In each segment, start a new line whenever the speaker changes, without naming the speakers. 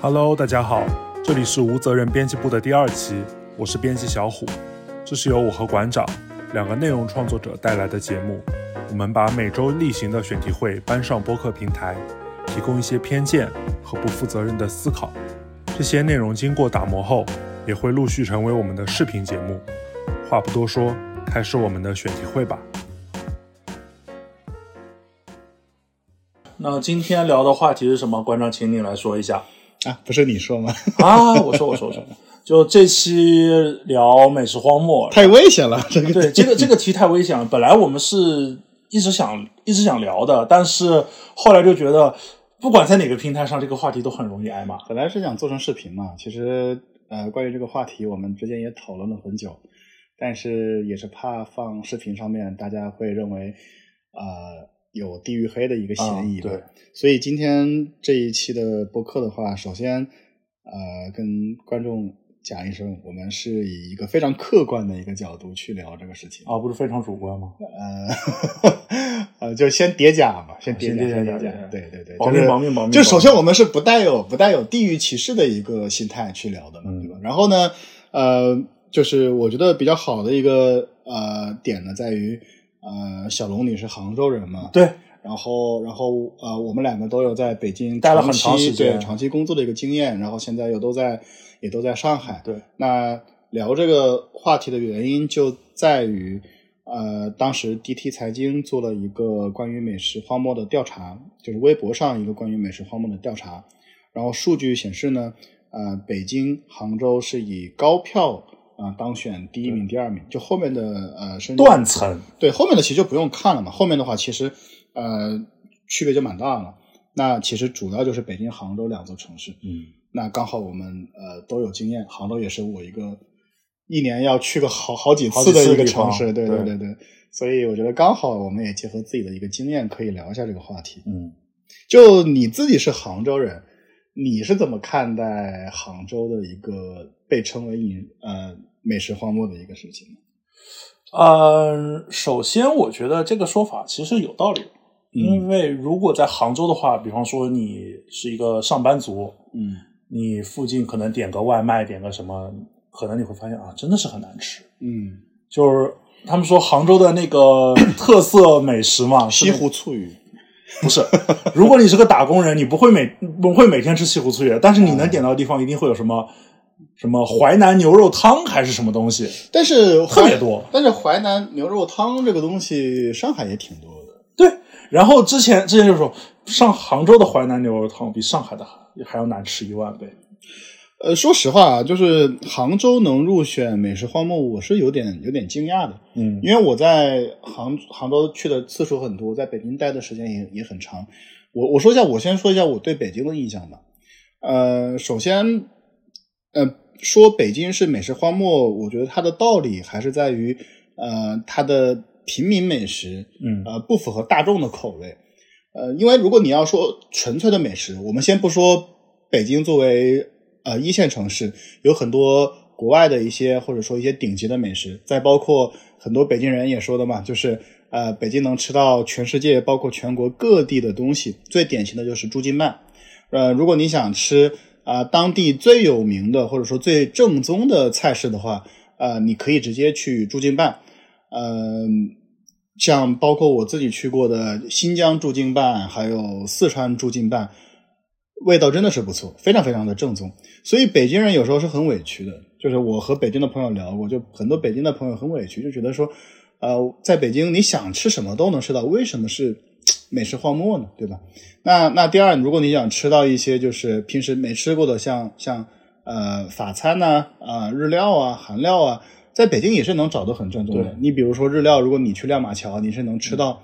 Hello，大家好，这里是无责任编辑部的第二期，我是编辑小虎。这是由我和馆长两个内容创作者带来的节目，我们把每周例行的选题会搬上播客平台，提供一些偏见和不负责任的思考。这些内容经过打磨后，也会陆续成为我们的视频节目。话不多说，开始我们的选题会吧。那今天聊的话题是什么？馆长，请你来说一 下。
啊，不是你说吗？
啊，我说，我说，我说，就这期聊美食荒漠。
太危险了，这个
对，这个这个题太危险了。本来我们是一直想一直想聊的，但是后来就觉得，不管在哪个平台上，这个话题都很容易挨骂。
本来是想做成视频嘛，其实呃，关于这个话题，我们之间也讨论了很久，但是也是怕放视频上面，大家会认为呃有地域黑的一个嫌疑、
啊对，
所以今天这一期的播客的话，首先呃跟观众讲一声，我们是以一个非常客观的一个角度去聊这个事情。
啊，不是非常主观吗？
呃， 呃，就先叠加嘛，先叠加，
先叠
先
加
叠
叠加
对对对，
保
就
密
是
保密保密
就首先
保密
我们是不带有不带有地域歧视的一个心态去聊的嘛，
嗯
对吧？然后呢，呃，就是我觉得比较好的一个呃点呢，在于呃，小龙你是杭州人嘛，
对，
然后，然后呃，我们两个都有在北京
待了
长
很
期
长时间
对长期工作的一个经验，然后现在又都在也都在上海。
对，
那聊这个话题的原因就在于，呃，当时 DT 财经做了一个关于美食荒漠的调查，就是微博上一个关于美食荒漠的调查，然后数据显示呢，呃，北京、杭州是以高票啊、呃当选第一名、第二名，就后面的呃深圳
断层。
对，后面的其实就不用看了嘛。后面的话，其实呃区别就蛮大了。那其实主要就是北京、杭州两座城市。
嗯，
那刚好我们呃都有经验，杭州也是我一个一年要去个好好几
好
次
几
的
次
一个
地方
城市。对
对
对对，所以我觉得刚好我们也结合自己的一个经验，可以聊一下这个话题。
嗯，
就你自己是杭州人，你是怎么看待杭州的一个被称为饮呃美食荒漠的一个事情呢？
呃，首先我觉得这个说法其实有道理，因为如果在杭州的话，比方说你是一个上班族，
嗯
你附近可能点个外卖，点个什么，可能你会发现啊，真的是很难吃。
嗯。
就是他们说杭州的那 个特色美食嘛，是
西
那
湖醋鱼，
不是。如果你是个打工人，你不会每不会每天吃西湖醋鱼的，但是你
嗯
能点到的地方一定会有什么什么淮南牛肉汤还是什么东西，
但是淮
特别多。
但是淮南牛肉汤这个东西，上海也挺多的。
对，然后之前之前就说上杭州的淮南牛肉汤比上海的还还要难吃一万倍。
呃，说实话啊，就是杭州能入选美食荒漠，我是有点有点惊讶的，
嗯
因为我在杭杭州去的次数很多，在北京待的时间也也很长。我我说一下，我先说一下我对北京的印象吧。呃，首先，呃，说北京是美食荒漠，我觉得它的道理还是在于，呃，它的平民美食，
嗯
呃，不符合大众的口味。呃，因为如果你要说纯粹的美食，我们先不说北京作为呃一线城市，有很多国外的一些或者说一些顶级的美食，再包括很多北京人也说的嘛，就是呃北京能吃到全世界包括全国各地的东西，最典型的就是猪筋拌。呃，如果你想吃啊、当地最有名的或者说最正宗的菜式的话，呃，你可以直接去驻京办。嗯、像包括我自己去过的新疆驻京办，还有四川驻京办，味道真的是不错，非常非常的正宗。所以北京人有时候是很委屈的，就是我和北京的朋友聊过，就很多北京的朋友很委屈，就觉得说，呃，在北京你想吃什么都能吃到，为什么是美食荒漠呢？对吧？那那第二，如果你想吃到一些就是平时没吃过的像，像呃法餐呐、啊、日料啊、韩料啊，在北京也是能找到很正宗
对
的。你比如说日料，如果你去亮马桥，你是能吃到、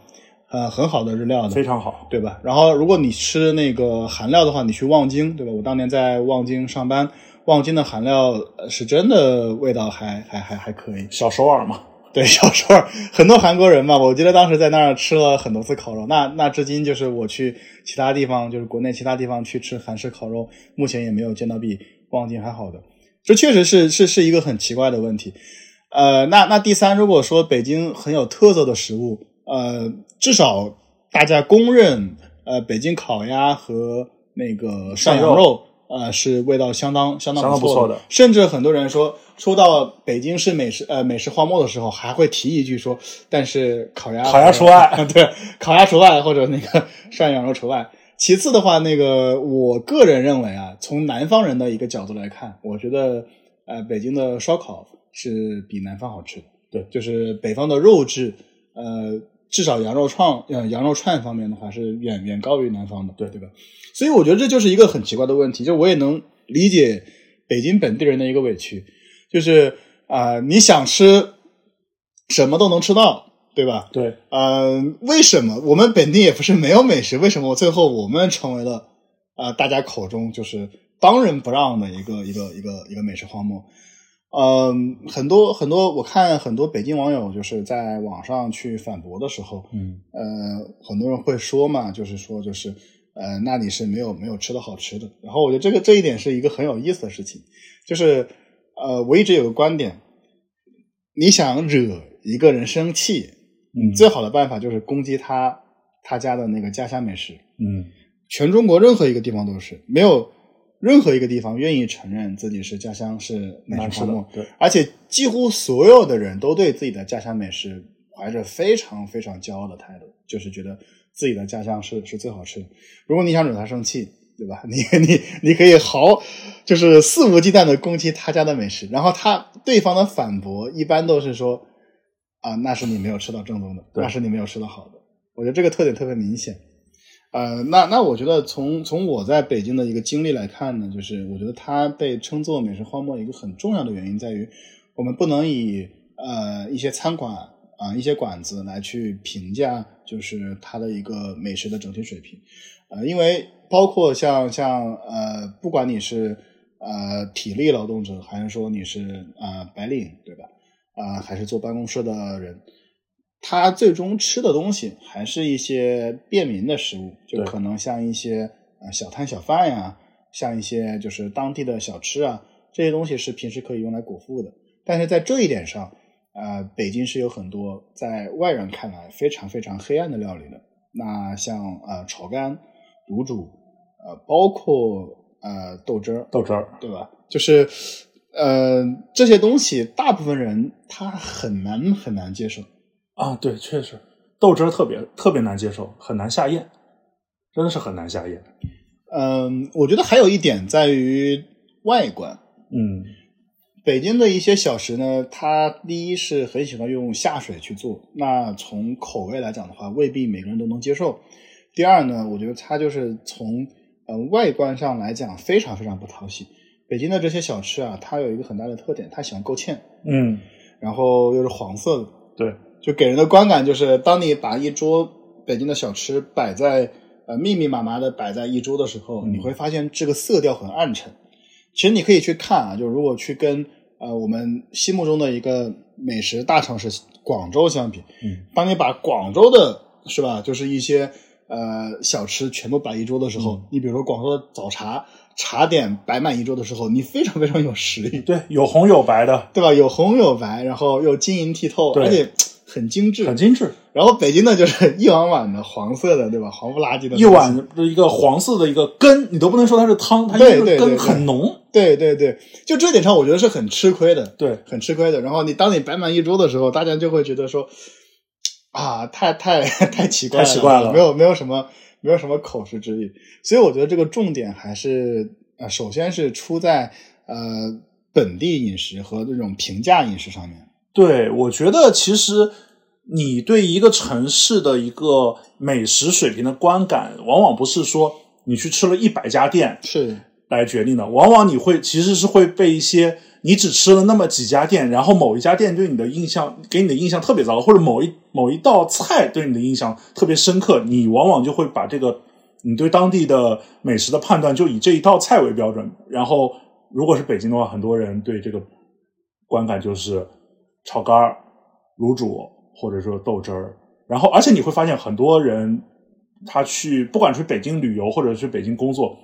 呃很好的日料的，
非常好。
对吧？然后如果你吃那个韩料的话，你去望京，对吧？我当年在望京上班，望京的韩料呃是真的味道还还还还可以。
小首尔嘛，
对，小时候很多韩国人嘛，我记得当时在那儿吃了很多次烤肉。那那至今就是我去其他地方，就是国内其他地方去吃韩式烤肉，目前也没有见到比望京还好的。这确实是是是一个很奇怪的问题。呃，那那第三，如果说北京很有特色的食物，呃，至少大家公认，呃，北京烤鸭和那个涮羊
涮
肉呃，是味道相当相当
相当不
错
错的
甚至很多人说，说到北京市美食呃美食荒漠的时候，还会提一句说，但是烤鸭
烤鸭除外，
对，烤鸭除外，或者那个 涮羊肉除外。其次的话，那个我个人认为啊，从南方人的一个角度来看，我觉得呃北京的烧烤是比南方好吃的。
对
就是北方的肉质，呃，至少羊肉串呃羊肉串方面的话是远远高于南方的，对对吧？所以我觉得这就是一个很奇怪的问题，就是我也能理解北京本地人的一个委屈，就是啊、呃你想吃什么都能吃到，对吧？
对，
呃，为什么我们本地也不是没有美食？为什么最后我们成为了呃大家口中就是当仁不让的一个一个一个一个美食荒漠？嗯、很多很多，我看很多北京网友就是在网上去反驳的时候，
嗯，
呃，很多人会说嘛，就是说就是呃，那你是没有没有吃的好吃的。然后我觉得这个这一点是一个很有意思的事情，就是呃，我一直有个观点，你想惹一个人生气，
嗯
最好的办法就是攻击他他家的那个家乡美食。
嗯，
全中国任何一个地方都是没有任何一个地方愿意承认自己是家乡是美
难
食
吃
荒漠
的，，对，
而且几乎所有的人都对自己的家乡美食怀着非常非常骄傲的态度，就是觉得自己的家乡是是最好吃的。如果你想惹他生气，对吧？ 你你你可以毫就是肆无忌惮的攻击他家的美食，然后他对方的反驳一般都是说啊，那是你没有吃到正宗的，
对
那是你没有吃到好的。我觉得这个特点特别明显。呃，那那我觉得从从我在北京的一个经历来看呢，就是我觉得它被称作美食荒漠一个很重要的原因在于，我们不能以呃一些餐馆啊、一些馆子来去评价就是它的一个美食的整体水平，呃，因为包括像像呃，不管你是呃体力劳动者，还是说你是呃白领，对吧？啊、还是坐办公室的人，他最终吃的东西还是一些便民的食物，就
对
可能像一些呃小摊小贩呀，像一些就是当地的小吃啊，这些东西是平时可以用来果腹的。但是在这一点上，呃，北京是有很多在外人看来非常非常黑暗的料理的。那像呃炒肝、卤煮，呃，包括呃豆汁儿，
豆汁儿，
对吧？就是呃这些东西，大部分人他很难很难接受。
啊，对，确实，豆汁儿特别特别难接受，很难下咽，真的是很难下咽。
嗯、我觉得还有一点在于外观。
嗯，
北京的一些小食呢，它第一是很喜欢用下水去做，那从口味来讲的话，未必每个人都能接受。第二呢，我觉得它就是从呃外观上来讲非常非常不讨喜。北京的这些小吃啊，它有一个很大的特点，它喜欢勾芡，
嗯，
然后又是黄色的，
对，
就给人的观感就是，当你把一桌北京的小吃摆在呃密密麻麻的摆在一桌的时候，
嗯
你会发现这个色调很暗沉。其实你可以去看啊，就如果去跟呃我们心目中的一个美食大城市广州相比，
嗯，
当你把广州的是吧，就是一些呃小吃全部摆一桌的时候，
嗯
你比如说广州的早茶茶点摆满一桌的时候，你非常非常有实力，
对，有红有白的，
对吧？有红有白，然后又晶莹剔透，
对
而且很精致，
很精致，
然后北京的就是 一碗碗的黄色的，对吧？黄不拉几的
一碗的一个黄色的一个根，你都不能说它是汤，它
对
一个
对对
根
对
很浓。
对对对，就这点上我觉得是很吃亏的，
对，
很吃亏的。然后你当你摆满一桌的时候，大家就会觉得说，啊，太太太奇怪了，
太奇怪了
没有没有什么没有什么口实之欲。所以我觉得这个重点还是呃，首先是出在呃本地饮食和这种平价饮食上面。
对，我觉得其实你对一个城市的一个美食水平的观感，往往不是说你去吃了一百家店
是，
来决定的，往往你会其实是会被一些你只吃了那么几家店，然后某一家店对你的印象给你的印象特别糟，或者某一某一道菜对你的印象特别深刻，你往往就会把这个你对当地的美食的判断就以这一道菜为标准。然后如果是北京的话，很多人对这个观感就是炒肝儿、卤煮或者说豆汁儿。然后而且你会发现很多人他去不管去北京旅游或者去北京工作。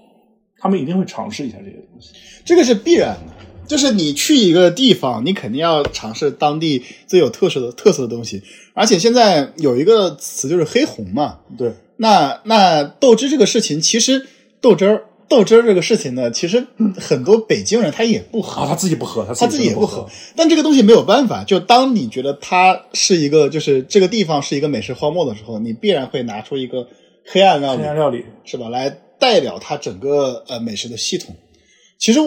他们一定会尝试一下这些东西。
这个是必然的，就是你去一个地方，你肯定要尝试当地最有特色的特色的东西。而且现在有一个词就是黑红嘛，
对，
那那豆汁这个事情，其实豆汁儿豆汁儿这个事情呢，其实很多北京人他也不喝，
啊，他自己不喝，他
他自己也
真的
不喝。但这个东西没有办法，就当你觉得它是一个，就是这个地方是一个美食荒漠的时候，你必然会拿出一个黑暗料理
黑，暗料理，
是吧，来代表它整个呃美食的系统。其实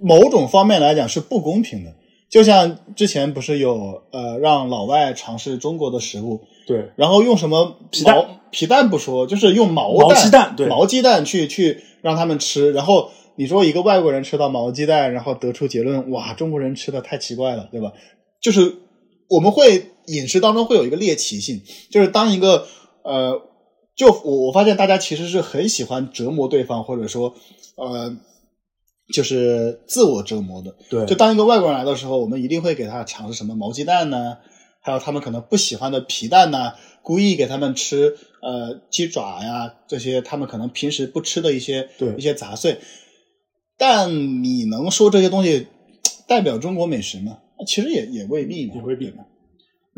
某种方面来讲是不公平的。就像之前不是有呃让老外尝试中国的食物，
对，
然后用什么
皮蛋
毛皮蛋不说，就是用毛
毛
蛋
鸡蛋对
毛鸡蛋去去让他们吃，然后你说一个外国人吃到毛鸡蛋，然后得出结论，哇，中国人吃的太奇怪了，对吧？就是我们会饮食当中会有一个猎奇性，就是当一个呃，就我我发现大家其实是很喜欢折磨对方，或者说呃，就是自我折磨的。
对，
就当一个外国人来的时候，我们一定会给他尝试什么毛鸡蛋呢，还有他们可能不喜欢的皮蛋呢，故意给他们吃呃鸡爪呀这些他们可能平时不吃的一些
对
一些杂碎。但你能说这些东西代表中国美食吗？其实也也未必嘛，
也未必
对吧。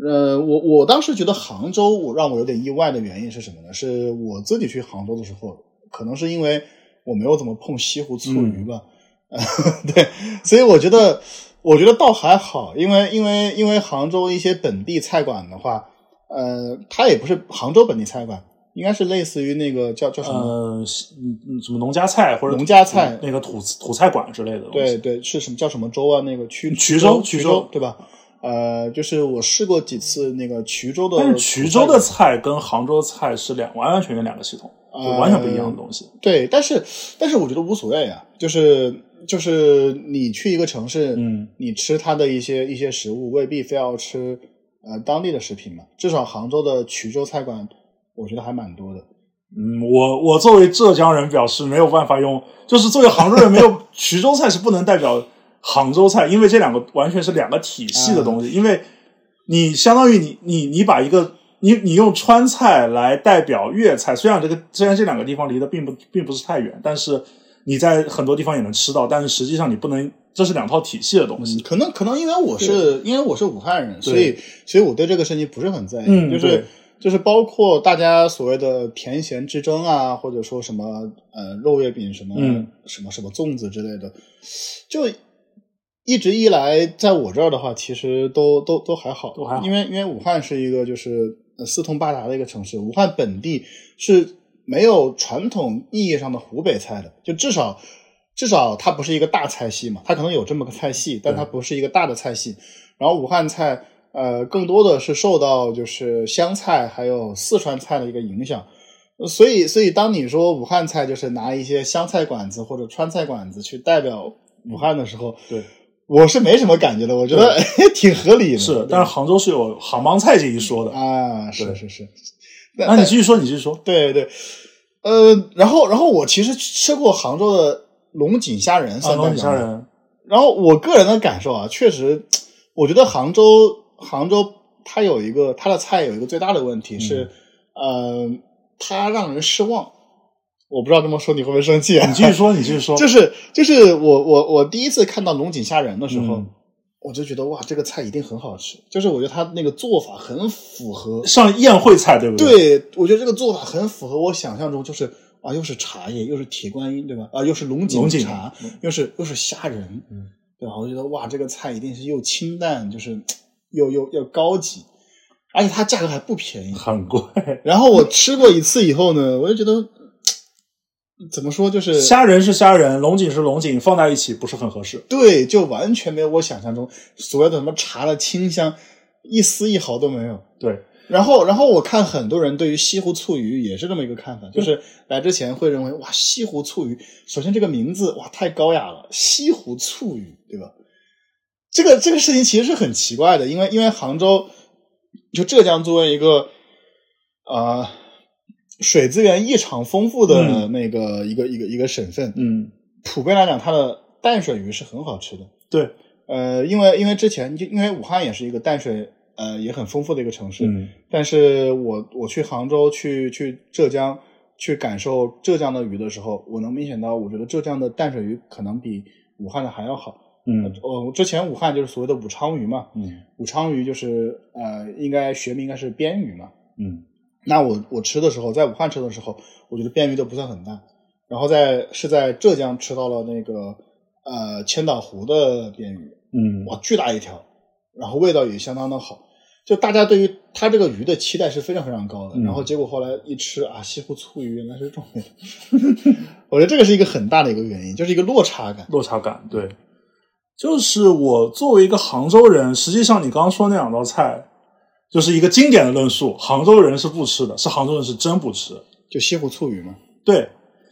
呃，我我当时觉得杭州，我让我有点意外的原因是什么呢？是我自己去杭州的时候，可能是因为我没有怎么碰西湖醋
嗯
鱼吧，呃 对，所以我觉得，我觉得倒还好，因为因为因为杭州一些本地菜馆的话，呃，它也不是杭州本地菜馆，应该是类似于那个叫叫什么？
呃，嗯嗯什么农家菜或者
农家菜
那个土土菜馆之类的东
对
西，
对，是什么叫什么粥啊？那个衢
嗯衢
州
州
衢
衢州
对吧？呃，就是我试过几次那个衢州的，
但是衢州的菜跟杭州菜是两完完全全两个系统，就
呃
完全不一样的东西。
对，但是但是我觉得无所谓啊，就是就是你去一个城市，
嗯，
你吃它的一些一些食物，未必非要吃呃当地的食品嘛。至少杭州的衢州菜馆，我觉得还蛮多的。
嗯，我我作为浙江人表示没有办法用，就是作为杭州人没有衢州菜是不能代表杭州菜，因为这两个完全是两个体系的东西。因为你相当于你你你把一个你你用川菜来代表粤菜，虽然这个虽然这两个地方离得并不并不是太远，但是你在很多地方也能吃到，但是实际上你不能，这是两套体系的东西。
嗯可能可能因为我是因为我是武汉人，
对
所以所以我对这个事情不是很在意，
嗯
就是
对
就是包括大家所谓的甜咸之争啊，或者说什么呃肉月饼什么、
嗯
什么什么粽子之类的，就一直以来在我这儿的话，其实都都都还好，
都还好
因为因为武汉是一个就是呃四通八达的一个城市，武汉本地是没有传统意义上的湖北菜的，就至少至少它不是一个大菜系嘛，它可能有这么个菜系，但它不是一个大的菜系。然后武汉菜，呃，更多的是受到就是湘菜还有四川菜的一个影响。呃所以，所以当你说武汉菜就是拿一些湘菜馆子或者川菜馆子去代表武汉的时候，
对，
我是没什么感觉的，我觉得哎挺合理的。
是，但是杭州是有杭帮菜这一说的。
啊，是
对
是是，
那、你继续说，你继续说。
对对，呃，然后然后我其实吃过杭州的龙井虾仁，
啊，
算
龙
蛋
井虾仁，
然后我个人的感受啊，确实，我觉得杭州杭州它有一个它的菜有一个最大的问
嗯
题是，呃，它让人失望。我不知道这么说你会不会生气啊？
你继续说，你继续说。
就是就是我我我第一次看到龙井虾仁的时候，
嗯
我就觉得哇，这个菜一定很好吃。就是我觉得它那个做法很符合
像宴会菜，对不对？
对，我觉得这个做法很符合我想象中，就是啊，又是茶叶，又是铁观音，对吧？啊，又是龙井
龙井
茶，又是又是虾仁，
嗯
对吧？我觉得哇，这个菜一定是又清淡，就是又又又高级，而且它价格还不便宜。
很贵。
然后我吃过一次以后呢，我就觉得怎么说，就是
虾仁是虾仁，龙井是龙井，放在一起不是很合适。
对，就完全没有我想象中所谓的什么茶的清香，一丝一毫都没有。
对，
然后，然后我看很多人对于西湖醋鱼也是这么一个看
嗯
法，就是来之前会认为哇，西湖醋鱼，首先这个名字哇太高雅了，西湖醋鱼，对吧？这个这个事情其实是很奇怪的，因为因为杭州就浙江作为一个呃水资源异常丰富的
嗯
那个、一个一个一个省份，
嗯，
普遍来讲，它的淡水鱼是很好吃的。
对，
呃，因为因为之前就因为武汉也是一个淡水呃也很丰富的一个城市，
嗯，
但是我我去杭州、去去浙江、去感受浙江的鱼的时候，我能明显到，我觉得浙江的淡水鱼可能比武汉的还要好。
嗯，
呃，之前武汉就是所谓的武昌鱼嘛，
嗯，
武昌鱼就是呃，应该学名应该是鳊鱼嘛。
嗯，
那我我吃的时候，在武汉吃的时候，我觉得鳊鱼都不算很大。然后在是在浙江吃到了那个呃千岛湖的鳊鱼，
嗯
哇，巨大一条，然后味道也相当的好。就大家对于它这个鱼的期待是非常非常高的，
嗯
然后结果后来一吃啊，西湖醋鱼原来是这种味道， 我觉得这个是一个很大的一个原因，就是一个落差感。
落差感，对，就是我作为一个杭州人，实际上你刚刚说那两道菜，就是一个经典的论述，杭州人是不吃的，是杭州人是真不吃。
就西湖醋鱼嘛，
对，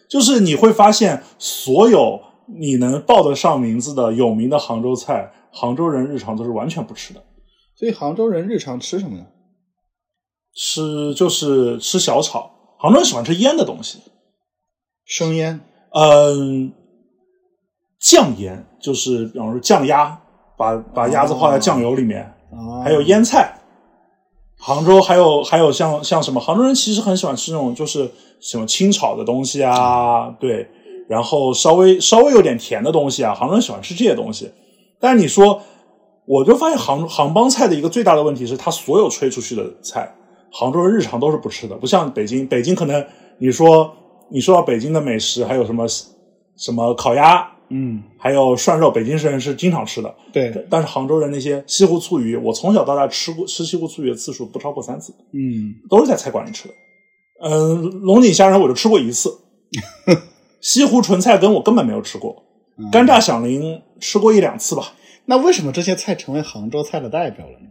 就是你会发现，所有你能报得上名字的有名的杭州菜，杭州人日常都是完全不吃的，
所以杭州人日常吃什么呢？
吃就是吃小炒。杭州人喜欢吃腌的东西，
生腌，
嗯，酱腌就是比方说酱鸭，把把鸭子泡在酱油里面，
啊，
还有腌菜。杭州还有还有像像什么，杭州人其实很喜欢吃那种就是什么清炒的东西啊，对，然后稍微稍微有点甜的东西啊，杭州人喜欢吃这些东西。但是你说，我就发现杭杭帮菜的一个最大的问题是，它所有吹出去的菜，杭州人日常都是不吃的，不像北京，北京可能你说你说到北京的美食，还有什么什么烤鸭，
嗯，
还有涮肉，北京人是经常吃的，
对，
但是杭州人那些西湖醋鱼，我从小到大吃过吃西湖醋鱼的次数不超过三次，
嗯，
都是在菜馆里吃的。嗯，龙井虾仁我就吃过一次，西湖纯菜根我根本没有吃过，干炸响铃吃过一两次吧。
那为什么这些菜成为杭州菜的代表了呢？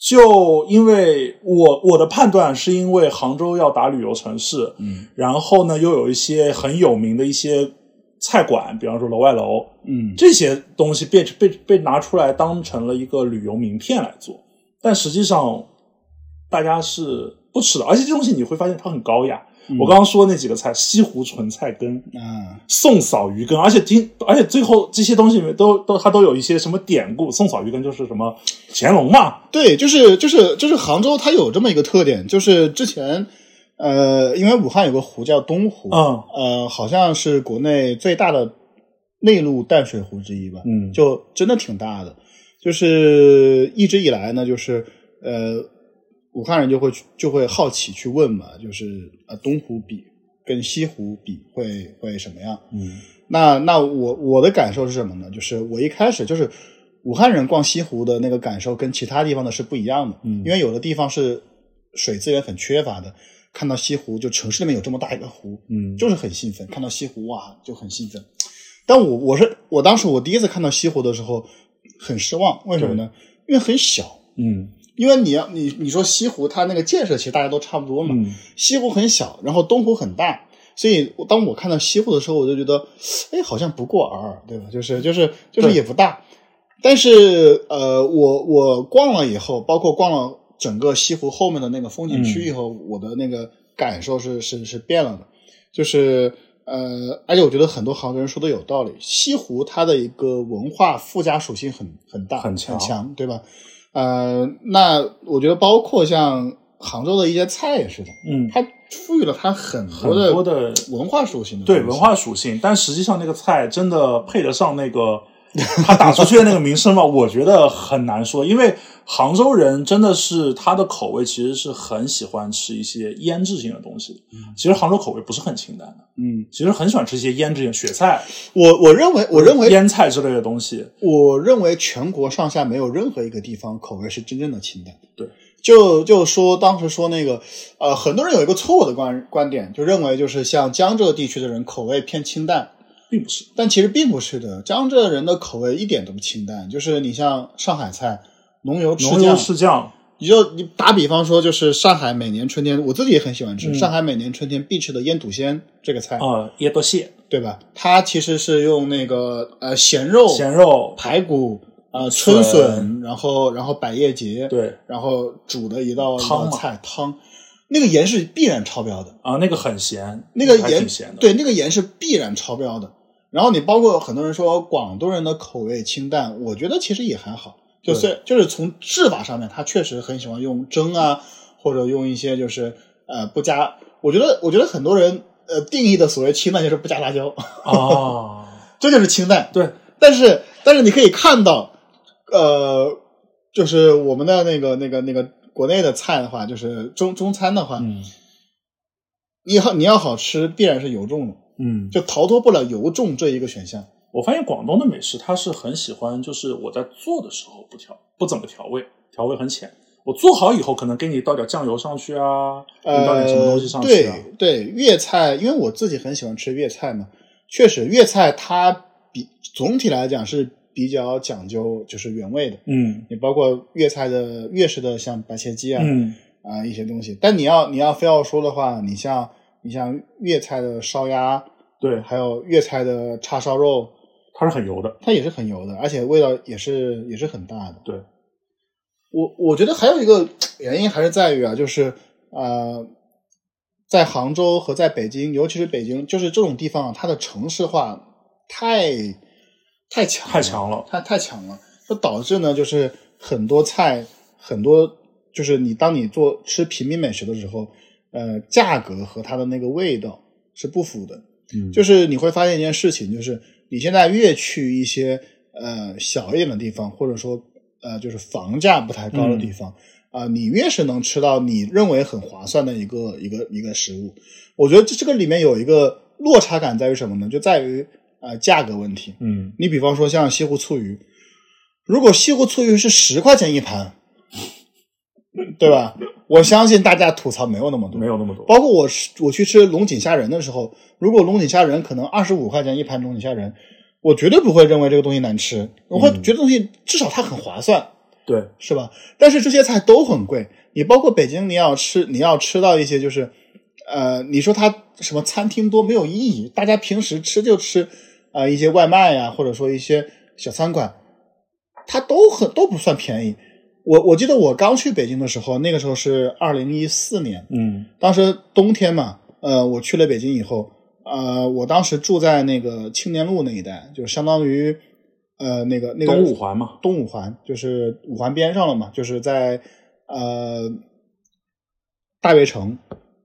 就因为我我的判断是因为杭州要打旅游城市，
嗯
然后呢又有一些很有名的一些菜馆，比方说楼外楼
嗯
这些东西被被被拿出来当成了一个旅游名片来做，但实际上大家是不吃的，而且这东西你会发现它很高雅。
嗯
我刚刚说那几个菜，西湖纯菜根、
啊，
宋嫂鱼羹，而且今而且最后这些东西里面都都它都有一些什么典故，宋嫂鱼羹就是什么乾隆嘛，
对，就是就是就是杭州，它有这么一个特点，就是之前，呃，因为武汉有个湖叫东湖，
嗯
呃，好像是国内最大的内陆淡水湖之一吧，
嗯
就真的挺大的。就是一直以来呢，就是呃，武汉人就会去就会好奇去问嘛，就是呃，东湖比跟西湖比会会什么样？
嗯
那那我我的感受是什么呢？就是我一开始就是武汉人逛西湖的那个感受跟其他地方的是不一样的，
嗯
因为有的地方是水资源很缺乏的，看到西湖就城市里面有这么大一个湖，
嗯
就是很兴奋，看到西湖哇就很兴奋。但我我是我当时我第一次看到西湖的时候很失望，为什么呢？因为很小，
嗯
因为你要你你说西湖它那个建设其实大家都差不多嘛，
嗯
西湖很小，然后东湖很大，所以我当我看到西湖的时候，我就觉得，哎，好像不过尔，对吧？就是就是就是
对
也不大，但是呃，我我逛了以后，包括逛了整个西湖后面的那个风景
嗯
区以后，我的那个感受是是是变了的，就是呃，而且我觉得很多杭州人说的有道理，西湖它的一个文化附加属性很很大，
很
很
强
强，对吧？呃，那我觉得包括像杭州的一些菜也是的，
嗯，
它赋予了它很
很
多的
多的
文化属性的
对
东
文
西
化属性，但实际上那个菜真的配得上那个他打出去的那个名声吗？我觉得很难说，因为杭州人真的是他的口味其实是很喜欢吃一些腌制性的东西的。其实杭州口味不是很清淡的，
嗯，
其实很喜欢吃一些腌制性雪菜、
我我认为我认为
腌菜之类的东西。
我认为全国上下没有任何一个地方口味是真正的清淡。
对，
就就说当时说那个呃，很多人有一个错误的观观点，就认为就是像江浙地区的人口味偏清淡，
并不是，
但其实并不是的。江浙人的口味一点都不清淡，就是你像上海菜。浓油赤
浓油
酱，
赤酱，
你就你打比方说，就是上海每年春天，我自己也很喜欢吃。
嗯
上海每年春天必吃的腌笃鲜这个菜，
呃，椰多蟹、
对吧？它其实是用那个呃咸肉、
咸肉，
排骨、呃
笋
春笋，然后然后百叶结，，
对
然后煮的一道一
汤
道
嘛
菜汤，那个盐是必然超标的，
啊、那个很咸，
那个
还
盐
挺咸的。
对那个盐是必然超标的。然后你包括很多人说广东人的口味清淡，我觉得其实也还好，就
对
虽就是从制法上面，他确实很喜欢用蒸啊，或者用一些就是呃不加，我觉得我觉得很多人呃定义的所谓清淡就是不加辣椒。
啊，
这就是清淡。
对，
但是但是你可以看到，呃，就是我们的那个那个那个国内的菜的话，就是中中餐的话，
嗯
你好你要好吃，必然是油重的。
嗯，
就逃脱不了油重这一个选项。
我发现广东的美食，它是很喜欢，就是我在做的时候不调，不怎么调味，调味很浅。我做好以后，可能给你倒点酱油上去啊，给你倒点什么东西上去啊。
呃、对对，粤菜，因为我自己很喜欢吃粤菜嘛，确实粤菜它比总体来讲是比较讲究就是原味的，
嗯
你包括粤菜的粤式的像白切鸡啊，
嗯，
啊一些东西。但你要你要非要说的话，你像你像粤菜的烧鸭，
对，
还有粤菜的叉烧肉，
它是很油的。
它也是很油的，而且味道也是也是很大的。
对，
我我觉得还有一个原因还是在于啊，就是呃，在杭州和在北京，尤其是北京，就是这种地方啊，它的城市化太太强
太强了，
太太强了，就导致呢，就是很多菜很多就是你当你做吃平民美食的时候，呃，价格和它的那个味道是不符的。
嗯，
就是你会发现一件事情，就是你现在越去一些呃小一点的地方，或者说呃就是房价不太高的地方啊、你越是能吃到你认为很划算的一个一个一个食物。我觉得这这个里面有一个落差感在于什么呢？就在于呃价格问题。
嗯，
你比方说像西湖醋鱼，如果西湖醋鱼是十块钱一盘，对吧？我相信大家吐槽没有那么多，
没有那么多。
包括我吃我去吃龙井虾仁的时候，如果龙井虾仁可能二十五块钱一盘龙井虾仁，我绝对不会认为这个东西难吃，我会觉得东西至少它很划算，
对，
是吧？但是这些菜都很贵，你包括北京，你要吃你要吃到一些就是，呃，你说它什么餐厅多没有意义，大家平时吃就吃啊、呃一些外卖呀、或者说一些小餐馆，它都很都不算便宜。我我记得我刚去北京的时候，那个时候是二零一四年，
嗯
当时冬天嘛，呃，我去了北京以后，呃，我当时住在那个青年路那一带，就是相当于呃那个那个
东五环嘛，
东五环，就是五环边上了嘛，就是在呃大悦城，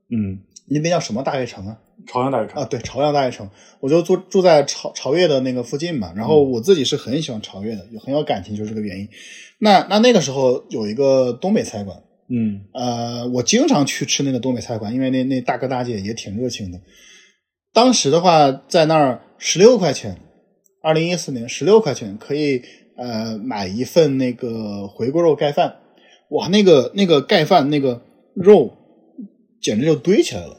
嗯，
那边叫什么大悦城啊？
朝阳大悦城
啊，，对，朝阳大悦城，我就住住在朝朝越的那个附近嘛。然后我自己是很喜欢朝越的，有很有感情，就是这个原因。那那那个时候有一个东北菜馆，
嗯
呃，我经常去吃那个东北菜馆，因为那那大哥大姐也挺热情的。当时的话，在那儿十六块钱，二零一四年十六块钱可以呃买一份那个回锅肉盖饭，哇，那个那个盖饭那个肉简直就堆起来了，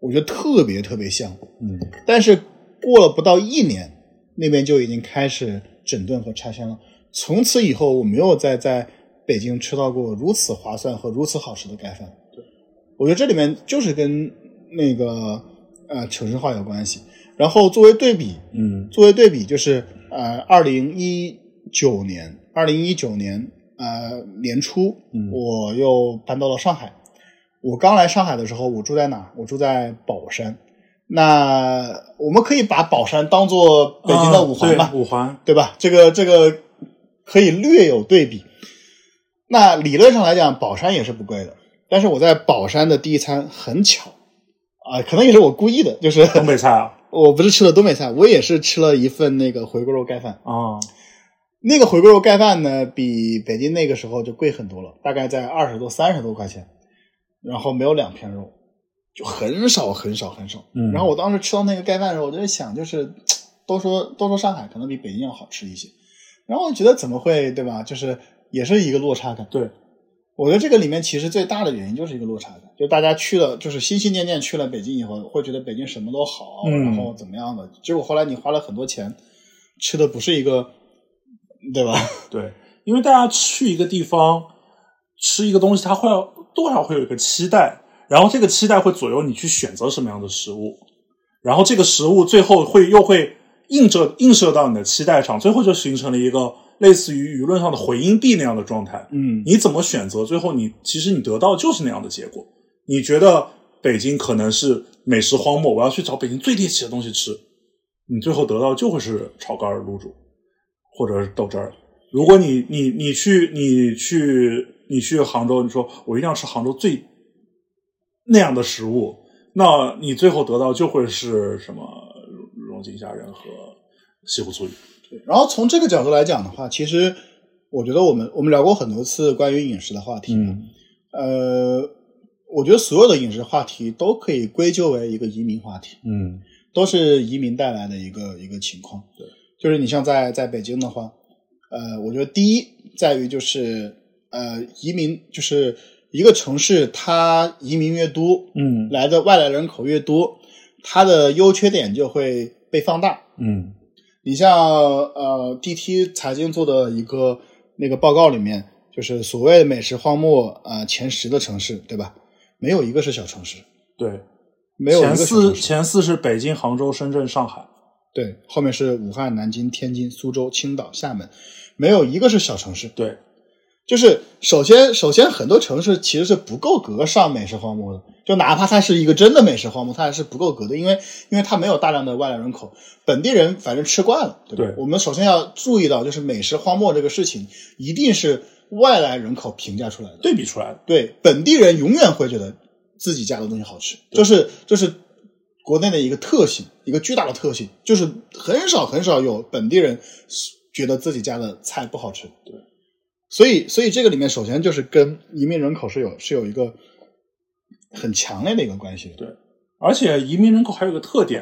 我觉得特别特别香。
嗯，
但是过了不到一年，那边就已经开始整顿和拆迁了。从此以后，我没有再在北京吃到过如此划算和如此好吃的盖饭。我觉得这里面就是跟那个呃城市化有关系。然后作为对比，
嗯
作为对比，就是呃，二零一九年，二零一九年呃年初，
嗯
我又搬到了上海。我刚来上海的时候，我住在哪儿？我住在宝山。那我们可以把宝山当做北京的五环吧，
啊对五环，
对吧？这个这个可以略有对比。那理论上来讲，宝山也是不贵的，但是我在宝山的第一餐很巧啊、可能也是我故意的，就是
东北菜啊，
我不是吃了东北菜，我也是吃了一份那个回锅肉盖饭。
啊，
那个回锅肉盖饭呢，比北京那个时候就贵很多了，大概在二十多、三十多块钱，然后没有两片肉，就很少、很少、很少。
嗯
然后我当时吃到那个盖饭的时候，我就在想，就是都说都说上海可能比北京要好吃一些，然后我觉得怎么会对吧？就是也是一个落差感。
对，
我觉得这个里面其实最大的原因就是一个落差感，就大家去了，就是心心念念去了北京以后，会觉得北京什么都好，
嗯
然后怎么样的，结果后来你花了很多钱，吃的不是一个，对吧？
对，因为大家去一个地方吃一个东西，它会要多少会有一个期待，然后这个期待会左右你去选择什么样的食物，然后这个食物最后会又会映射映射到你的期待上，最后就形成了一个类似于舆论上的回音壁那样的状态。
嗯
你怎么选择，最后你其实你得到就是那样的结果。你觉得北京可能是美食荒漠，我要去找北京最猎奇的东西吃，你最后得到就会是炒肝儿、卤煮或者是豆汁儿。如果你你你去你去你去杭州，你说我一定要吃杭州最那样的食物，那你最后得到就会是什么龙井虾仁和西湖醋鱼。
然后从这个角度来讲的话，其实我觉得我们我们聊过很多次关于饮食的话题，
嗯
呃，我觉得所有的饮食话题都可以归咎为一个移民话题，
嗯
都是移民带来的一个一个情况。
对，
就是你像在在北京的话，呃，我觉得第一在于就是呃，移民就是一个城市它移民越多，
嗯
来的外来人口越多，它的优缺点就会被放大。
嗯
你像呃，DT 财经做的一个那个报告里面，就是所谓美食荒漠啊、呃前十的城市，对吧？没有一个是小城市，
对，
没有一
前
个是小
四
城市。
前四是北京、杭州、深圳、上海。
对，后面是武汉、南京、天津、苏州、青岛、厦门，没有一个是小城市。
对，
就是首先，首先很多城市其实是不够格上美食荒漠的，就哪怕它是一个真的美食荒漠，它还是不够格的，因为因为它没有大量的外来人口，本地人反正吃惯了，对吧？
对
我们首先要注意到，就是美食荒漠这个事情，一定是外来人口评价出来的。
对比出来的。
对，本地人永远会觉得自己家的东西好吃，这是这是国内的一个特性，一个巨大的特性，就是很少很少有本地人觉得自己家的菜不好吃。
对，
所以所以这个里面首先就是跟移民人口是有是有一个很强烈的一个关系的。
对而且移民人口还有个特点，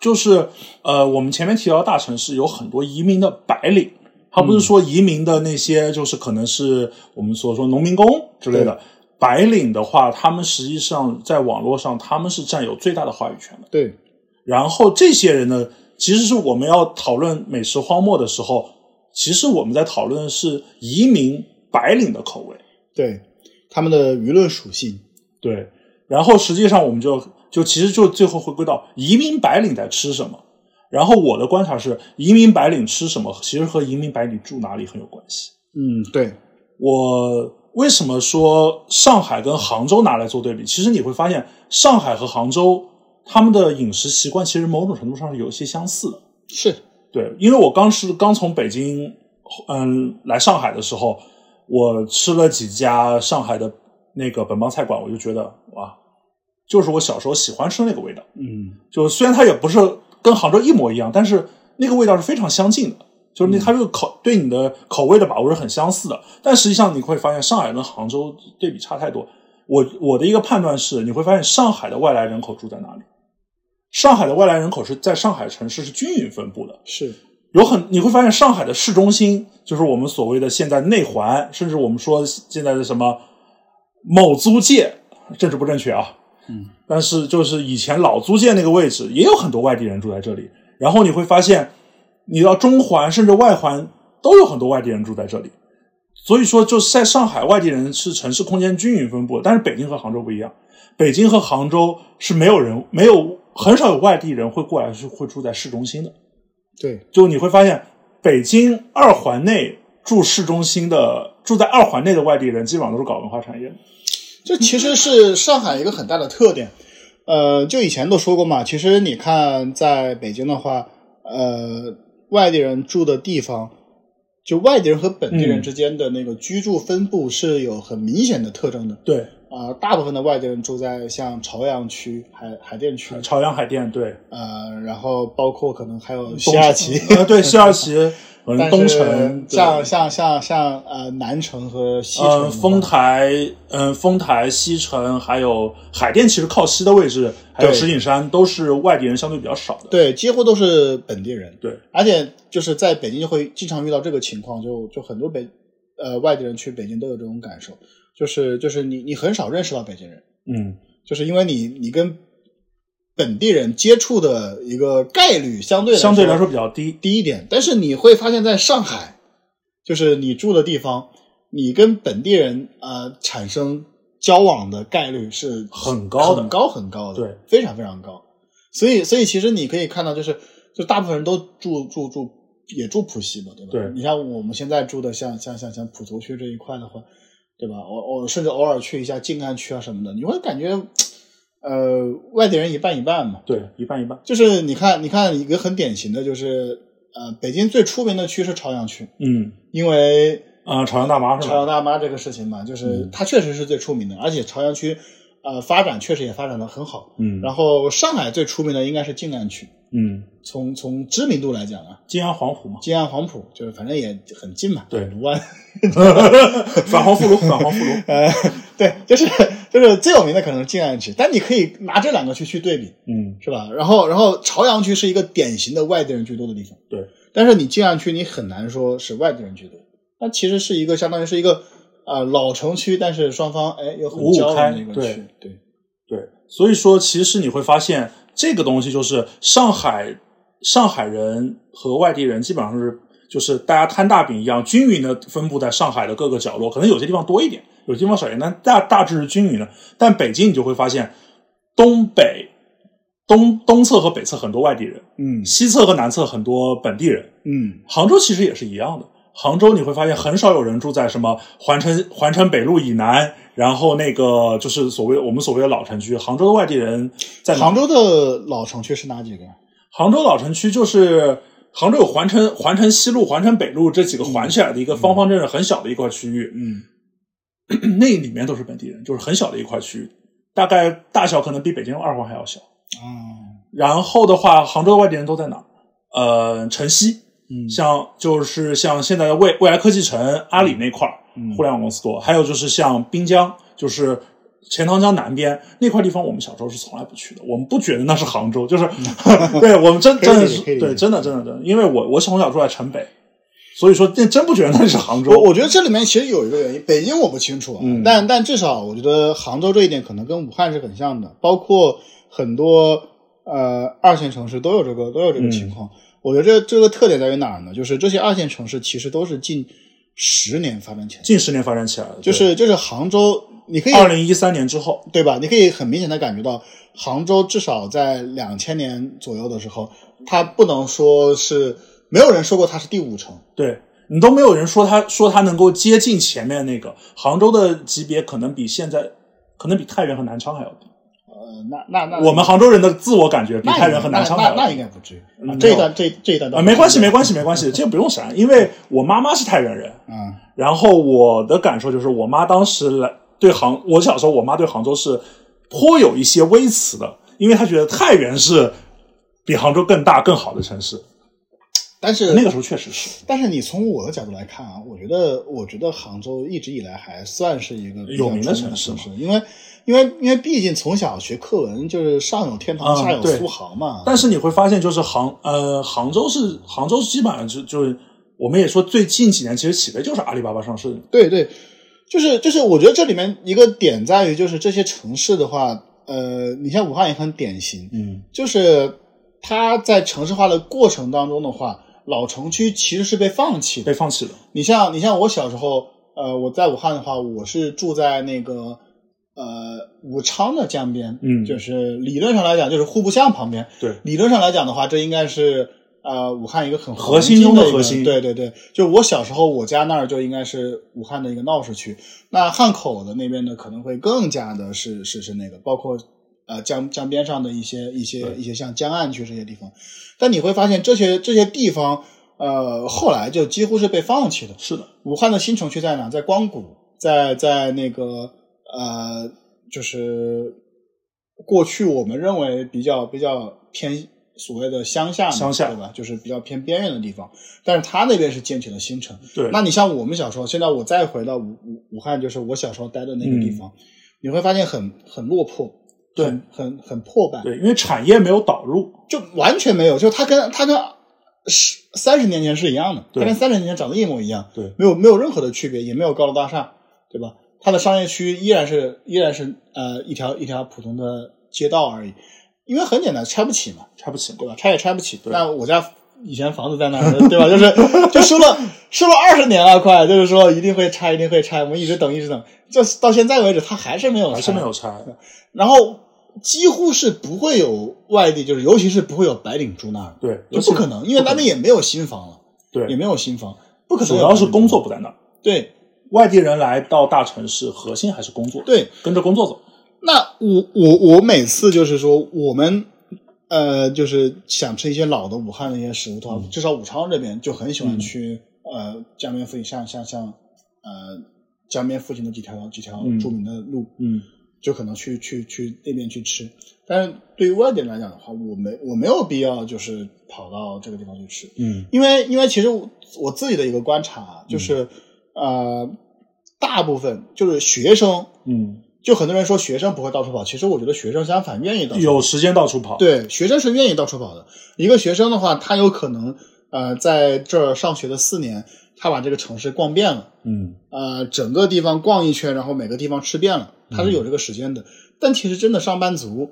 就是呃，我们前面提到的大城市有很多移民的白领，他不是说移民的那些就是可能是我们所说农民工之类的。白领的话，他们实际上在网络上他们是占有最大的话语权的。
对
然后这些人呢，其实是我们要讨论美食荒漠的时候，其实我们在讨论的是移民白领的口味。
对，他们的舆论属性，
对，然后实际上我们就就其实就最后回归到移民白领在吃什么。然后我的观察是，移民白领吃什么，其实和移民白领住哪里很有关系。
嗯，对，
我为什么说上海跟杭州拿来做对比？其实你会发现，上海和杭州他们的饮食习惯其实某种程度上是有一些相似的。
是
对，因为我刚是刚从北京，嗯，来上海的时候，我吃了几家上海的那个本帮菜馆，我就觉得哇，就是我小时候喜欢吃那个味道。
嗯，
就虽然它也不是跟杭州一模一样，但是那个味道是非常相近的。就是那它这个口对你的口味的把握是很相似的，但实际上你会发现上海跟杭州对比差太多。我我的一个判断是，你会发现上海的外来人口住在哪里？上海的外来人口是在上海城市是均匀分布的，
是
有很你会发现上海的市中心，就是我们所谓的现在内环，甚至我们说现在的什么某租界，政治不正确啊，
嗯，
但是就是以前老租界那个位置，也有很多外地人住在这里。然后你会发现，你到中环甚至外环都有很多外地人住在这里。所以说，就是在上海，外地人是城市空间均匀分布的，但是北京和杭州不一样。北京和杭州是没有人，没有很少有外地人会过来是会住在市中心的。
对，
就你会发现，北京二环内住市中心的、住在二环内的外地人，基本上都是搞文化产业的。
这其实是上海一个很大的特点。呃，就以前都说过嘛，其实你看在北京的话，呃，外地人住的地方，就外地人和本地人
嗯
之间的那个居住分布是有很明显的特征的。
对，
啊、大部分的外地人住在像朝阳区、海海淀区，
朝阳海淀，对，
呃，然后包括可能还有西
东
二旗。
呃，对，西二 旗，嗯，
但 是
东城，对
像像像像呃南城和西城的话、
嗯，丰台，嗯，丰台、西城，还有海淀，其实靠西的位置，还有
对
石景山，都是外地人相对比较少的。
对，几乎都是本地人。
对，
而且就是在北京就会经常遇到这个情况，就就很多北呃外地人去北京都有这种感受，就是就是你你很少认识到北京人，
嗯，
就是因为你你跟本地人接触的一个概率相对
嗯相对来说比较低。
低一点，但是你会发现在上海，就是你住的地方，你跟本地人呃产生交往的概率是
很高的
很高很高的，
对，
非常非常高。所以，所以其实你可以看到，就是就大部分人都住住住也住浦西嘛，对吧？
对
你像我们现在住的像像像像浦东区这一块的话，对吧？我我甚至偶尔去一下静安区啊什么的，你会感觉，呃，外地人一半一半嘛，
对，一半一半。
就是你看，你看一个很典型的就是，呃，北京最出名的区是朝阳区，
嗯，
因为
啊，朝阳大妈是
朝
吧？
阳大妈这个事情嘛，就是
嗯
它确实是最出名的，而且朝阳区，呃，发展确实也发展的很好。
嗯，
然后上海最出名的应该是静安区，
嗯，
从从知名度来讲啊，
金安黄 埔嘛，
静安黄埔就是反正也很近嘛，
对
卢湾，
返黄附庐，返黄附庐。
呃， 对，就是就是最有名的可能是静安区，但你可以拿这两个区去对比，
嗯，
是吧？然后然后朝阳区是一个典型的外地人居多的地方，
对。
但是你静安区你很难说是外地人居多，那其实是一个相当于是一个呃老城区，但是双方哎又很
五五
交融
开
的一个
对
区，对
对，所以说其实你会发现这个东西就是上海上海人和外地人基本上是就是大家摊大饼一样均匀的分布在上海的各个角落，可能有些地方多一点，有些地方少一点，但大大致是均匀的。但北京你就会发现东北东东侧和北侧很多外地人，
嗯
西侧和南侧很多本地人，
嗯
杭州其实也是一样的。杭州你会发现很少有人住在什么环城环城北路以南，然后那个就是所谓我们所谓的老城区。杭州的外地人在哪
杭州的老城区是哪几个？
杭州老城区就是杭州有环城环城西路、环城北路这几个环起来的一个方方正正很小的一块区域，嗯
嗯，
那里面都是本地人，就是很小的一块区域，大概大小可能比北京二环还要小。
啊，
然后的话，杭州的外地人都在哪儿？呃，城西，
嗯
像就是像现在的未未来科技城、阿里那块儿，
嗯
互联网公司多。还有就是像滨江，就是钱塘江南边那块地方，我们小时候是从来不去的，我们不觉得那是杭州，就是 对我们真
嗯可
真的
以理解
是
可以理解
对真的真的真的，因为我我从小住在城北，所以说那真不觉得那是杭州。
我我觉得这里面其实有一个原因，北京我不清楚啊，
嗯
但但至少我觉得杭州这一点可能跟武汉是很像的，包括很多呃二线城市都有这个都有这个情
嗯
况。我觉得这这个特点在于哪儿呢？就是这些二线城市其实都是近十年发展起来的，
近十年发展起来的，
就是就是杭州，你可以
二零一三年之后，
对吧？你可以很明显的感觉到，杭州至少在两千年左右的时候，它不能说是没有人说过它是第五城，
对你都没有人说他说他能够接近前面那个杭州的级别，可能比现在可能比太原和南昌还要低。
呃，那那那
我们杭州人的自我感觉比
那
太原和南昌还
那
要
那那
低。
应该不至于。啊
嗯
这一段这这一段倒
啊，没关系，没关
系
系，没关系，这不用删，因为我妈妈是太原人。
啊。
然后我的感受就是，我妈当时来对杭，我小时候我妈对杭州是颇有一些微词的，因为她觉得太原是比杭州更大更好的城市。
但是
那个时候确实是
但是你从我的角度来看啊，我觉得我觉得杭州一直以来还算是一个比较
有名的
出名的
城
城
市
因为因为因为毕竟从小学课文就是上有天堂
嗯
下有
对
苏杭嘛。
但是你会发现，就是杭呃杭州是杭州基本上就就是我们也说最近几年其实起飞就是阿里巴巴上市，
对对，就是就是，我觉得这里面一个点在于，就是这些城市的话，呃，你像武汉也很典型，
嗯
就是它在城市化的过程当中的话，老城区其实是被放弃的。
被放弃了，
你像你像我小时候，呃，我在武汉的话，我是住在那个呃武昌的江边，
嗯
就是理论上来讲就是户部巷旁边，
对
理论上来讲的话，这应该是呃武汉一个很
核
黄金
心中的
的一个
核心
对对对，就我小时候我家那儿就应该是武汉的一个闹市区，那汉口的那边呢可能会更加的是是是那个，包括呃江江边上的一些一些一些像江岸区这些地方，但你会发现这些这些地方。呃，后来就几乎是被放弃的，
是的，
武汉的新城区在哪？在光谷，在在那个呃，就是过去我们认为比较比较偏所谓的乡下嘛，
乡下
对吧？就是比较偏边缘的地方，但是它那边是建起了新城。
对，
那你像我们小时候，现在我再回到武武武汉，就是我小时候待的那个地
嗯
方，你会发现很很落魄，
对
很很很破败，
对，因为产业没有导入，
就完全没有，就它跟它跟十三十年前是一样的，它
对
跟三十年前长得一模一样，
对
没有没有任何的区别，也没有高楼大厦，对吧？它的商业区依然是依然是呃一条一条普通的街道而已，因为很简单，拆不起嘛，
拆不起，
对吧？拆也拆不起。
对
那我家以前房子在那儿，对吧？ 就是就说了说了二十年了，快，就是说一定会拆，一定会拆，我们一直等，一直等，这到现在为止，它还是没有拆，
还是没有拆，
然后几乎是不会有外地，就是尤其是不会有白领住那儿，
对，
就不可能，因为那边也没有新房了，也
对，
没有新房，不可能
主
有白领住那儿。
要是工作不在那儿，
对
外地人来到大城市，核心还是工作，，
对。
跟着工作走，
那我我我每次就是说我们。呃，就是想吃一些老的武汉的一些食物的话，
嗯
至少武昌这边就很喜欢
嗯
去、呃江边附近，像像像呃江边附近的几条几条
嗯
著名的路，
嗯，
就可能去去去那边去吃。但是对于外地人来讲的话，我没我没有必要就是跑到这个地方去吃，
嗯，
因为因为其实我我自己的一个观察啊就是、呃，大部分就是学生，
嗯，
就很多人说学生不会到处跑，其实我觉得学生相反愿意到处跑。
有时间到处跑，
对，学生是愿意到处跑的。一个学生的话，他有可能呃在这儿上学的四年，他把这个城市逛遍了，
嗯，
呃，整个地方逛一圈，然后每个地方吃遍了，他是有这个时间的。但其实真的上班族，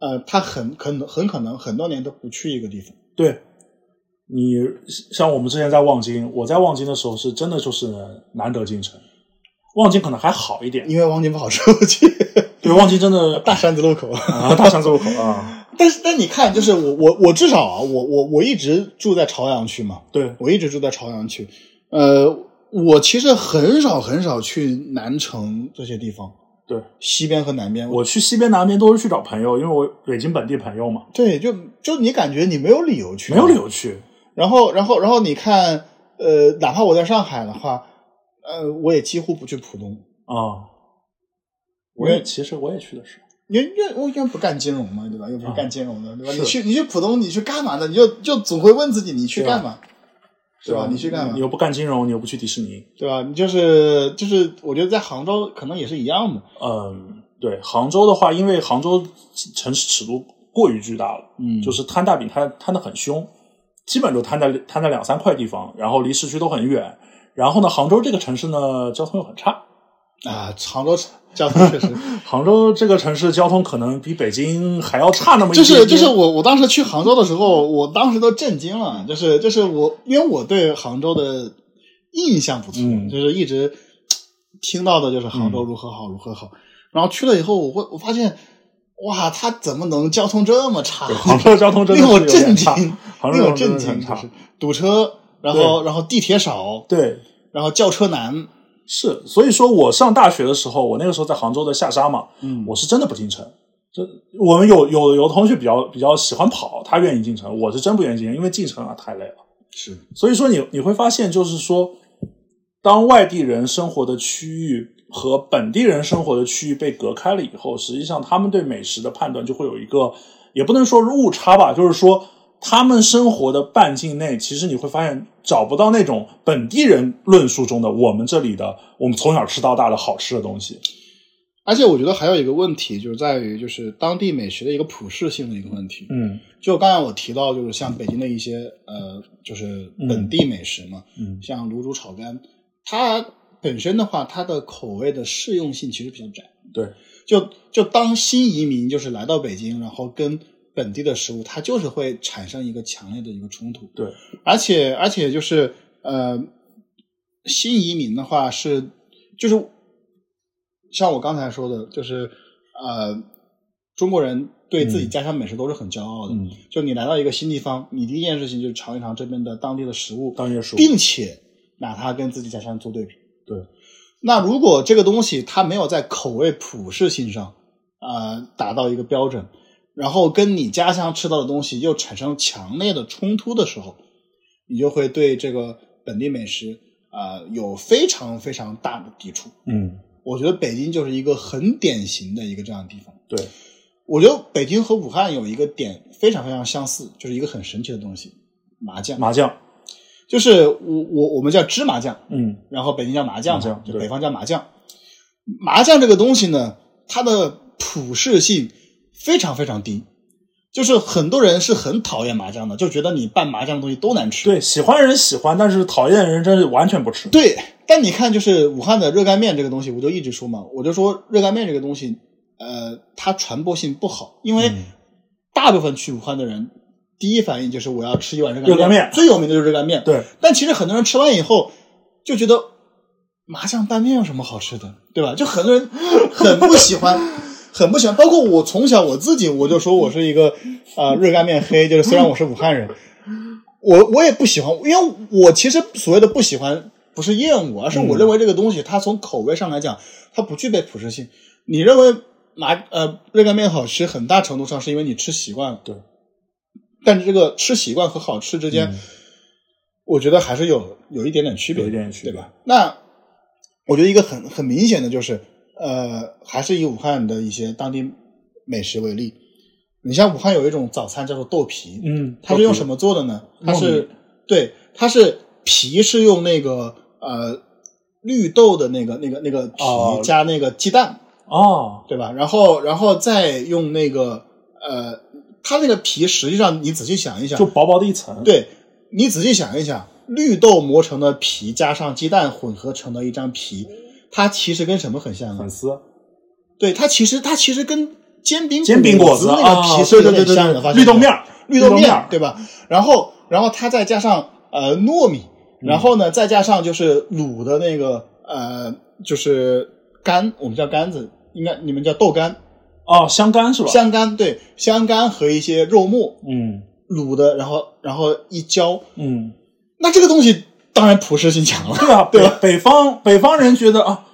呃，他很可能很可能很多年都不去一个地方。
对。你像我们之前在望京，我在望京的时候是真的就是难得进城，望京可能还好一点，
因为望京不好出去，
对，望京真的
大山子路 口。
啊，大山子路口啊，
但是，但你看，就是我我我至少啊，我我我一直住在朝阳区嘛，
对，
我一直住在朝阳区。呃，我其实很少很少去南城这些地方，
对，
西边和南边，
我去西边、南边都是去找朋友，因为我北京本地朋友嘛，
对就就你感觉你没有理由去，
没有理。由去。
然后，然后，然后你看，呃，哪怕我在上海的话，呃，我也几乎不去浦东，
啊、我也其实我也去的是，
因为因为我因为不干金融嘛，对吧？又不是
啊
干金融的，对吧？
是
你去你去浦东，你去干嘛呢？你就就总会问自己，你去
对啊
干嘛？是吧？你去干嘛？
你又不干金融，你又不去迪士尼，
对吧？你就是就是，我觉得在杭州可能也是一样的。
嗯，对。杭州的话，因为杭州城市尺度过于巨大了，
嗯
就是摊大饼摊摊的很凶，基本就摊在摊在两三块地方，然后离市区都很远。然后呢，杭州这个城市呢，交通又很差。
啊，杭州交通确实，
杭州这个城市交通可能比北京还要差那么一
就
点
是
点。
就是我我当时去杭州的时候，我当时都震惊了，就是就是我因为我对杭州的印象不错，
嗯
就是一直嘖听到的就是杭州如何好如何好，然后去了以后，我会我发现。哇，它怎么能交通这么差？
杭州交通真的
令
是
我
有
震
点差
惊，
杭州
令
交
我
通真
震
的是
惊，
很
就
差。
是堵车，然后然后地铁少，
对，
然后轿车难，
是，所以说我上大学的时候，我那个时候在杭州的下沙嘛，
嗯
我是真的不进城。这我们有有有的同学比较比较喜欢跑，他愿意进城，我是真不愿意进城，因为进城啊太累了。
是
所以说你你会发现，就是说，当外地人生活的区域和本地人生活的区域被隔开了以后，实际上他们对美食的判断就会有一个，也不能说误差吧，就是说他们生活的半径内，其实你会发现找不到那种本地人论述中的我们这里的我们从小吃到大的好吃的东西。
而且我觉得还有一个问题，就是在于就是当地美食的一个普适性的一个问题。
嗯
就刚才我提到，就是像北京的一些呃，就是本地美食嘛，
嗯
像卤煮炒肝，它本身的话，它的口味的适用性其实比较窄。
对，
就就当新移民就是来到北京，然后跟本地的食物，它就是会产生一个强烈的一个冲突。
对，
而且而且就是呃，新移民的话是就是像我刚才说的，就是呃，中国人对自己
嗯
家乡美食都是很骄傲的。
嗯，
就你来到一个新地方，你第一件事情就是尝一尝这边的当地的食物，
当然是
并且拿它跟自己家乡做对比。
对，
那如果这个东西它没有在口味普适性上，呃，达到一个标准，然后跟你家乡吃到的东西又产生强烈的冲突的时候，你就会对这个本地美食啊、呃有非常非常大的抵触。
嗯
我觉得北京就是一个很典型的一个这样的地方。
对
我觉得北京和武汉有一个点非常非常相似，就是一个很神奇的东西——麻将。
麻将，
就是我我我们叫芝麻酱，
嗯
然后北京叫麻将嘛，
麻将
就
对
北方叫麻将。麻将这个东西呢，它的普适性非常非常低，就是很多人是很讨厌麻将的，就觉得你拌麻将的东西都难吃。
对，喜欢人喜欢，但是讨厌人真是完全不吃。
对，但你看，就是武汉的热干面这个东西，我就一直说嘛，我就说热干面这个东西，呃，它传播性不好，因为
嗯
大部分去武汉的人，第一反应就是我要吃一碗热干
热干面
最有名的就是热干面。
对，
但其实很多人吃完以后就觉得麻酱拌面有什么好吃的，对吧？就很多人很不喜欢，很不喜欢。包括我从小我自己，我就说我是一个啊、呃热干面黑，就是虽然我是武汉人，我我也不喜欢，因为我其实所谓的不喜欢不是厌恶，而是我
嗯
认为这个东西它从口味上来讲，它不具备普适性。你认为麻呃热干面好吃，很大程度上是因为你吃习惯了。
对，
但是这个吃习惯和好吃之间，
嗯
我觉得还是有有一点点嗯区别，
有一点点区别
对吧？那我觉得一个很很明显的就是，呃，还是以武汉的一些当地美食为例，你像武汉有一种早餐叫做豆皮，
嗯，
它是用什
么？
么做的呢？它
糯米
是对，它是皮是用那个呃绿豆的那个那个那个皮
哦
加那个鸡蛋，
哦，
对吧？然后然后再用那个呃，它那个皮实际上你仔细想一想
就，薄薄的一层，，
对你仔细想一想，绿豆磨成的皮加上鸡蛋混合成的一张皮，它其实跟什么很像啊
粉？丝，
对，它其实它其实跟煎饼
煎饼果
子
子
那
啊
个皮是
对
有
对对
点
对
像的，
对，
发
绿
现
豆
没有
面儿，
绿豆
豆
面
面
儿
儿，
对吧？然后，然后它再加上呃糯米，
嗯
然后呢再加上就是卤的那个呃就是干，我们叫干子，应该你们叫豆干、
哦，香干是吧？
香干，对，香干和一些肉末
嗯
卤的，然后然后一浇，
嗯，
那这个东西当然普适性强了，
对啊，
对
北北方北方人觉得啊，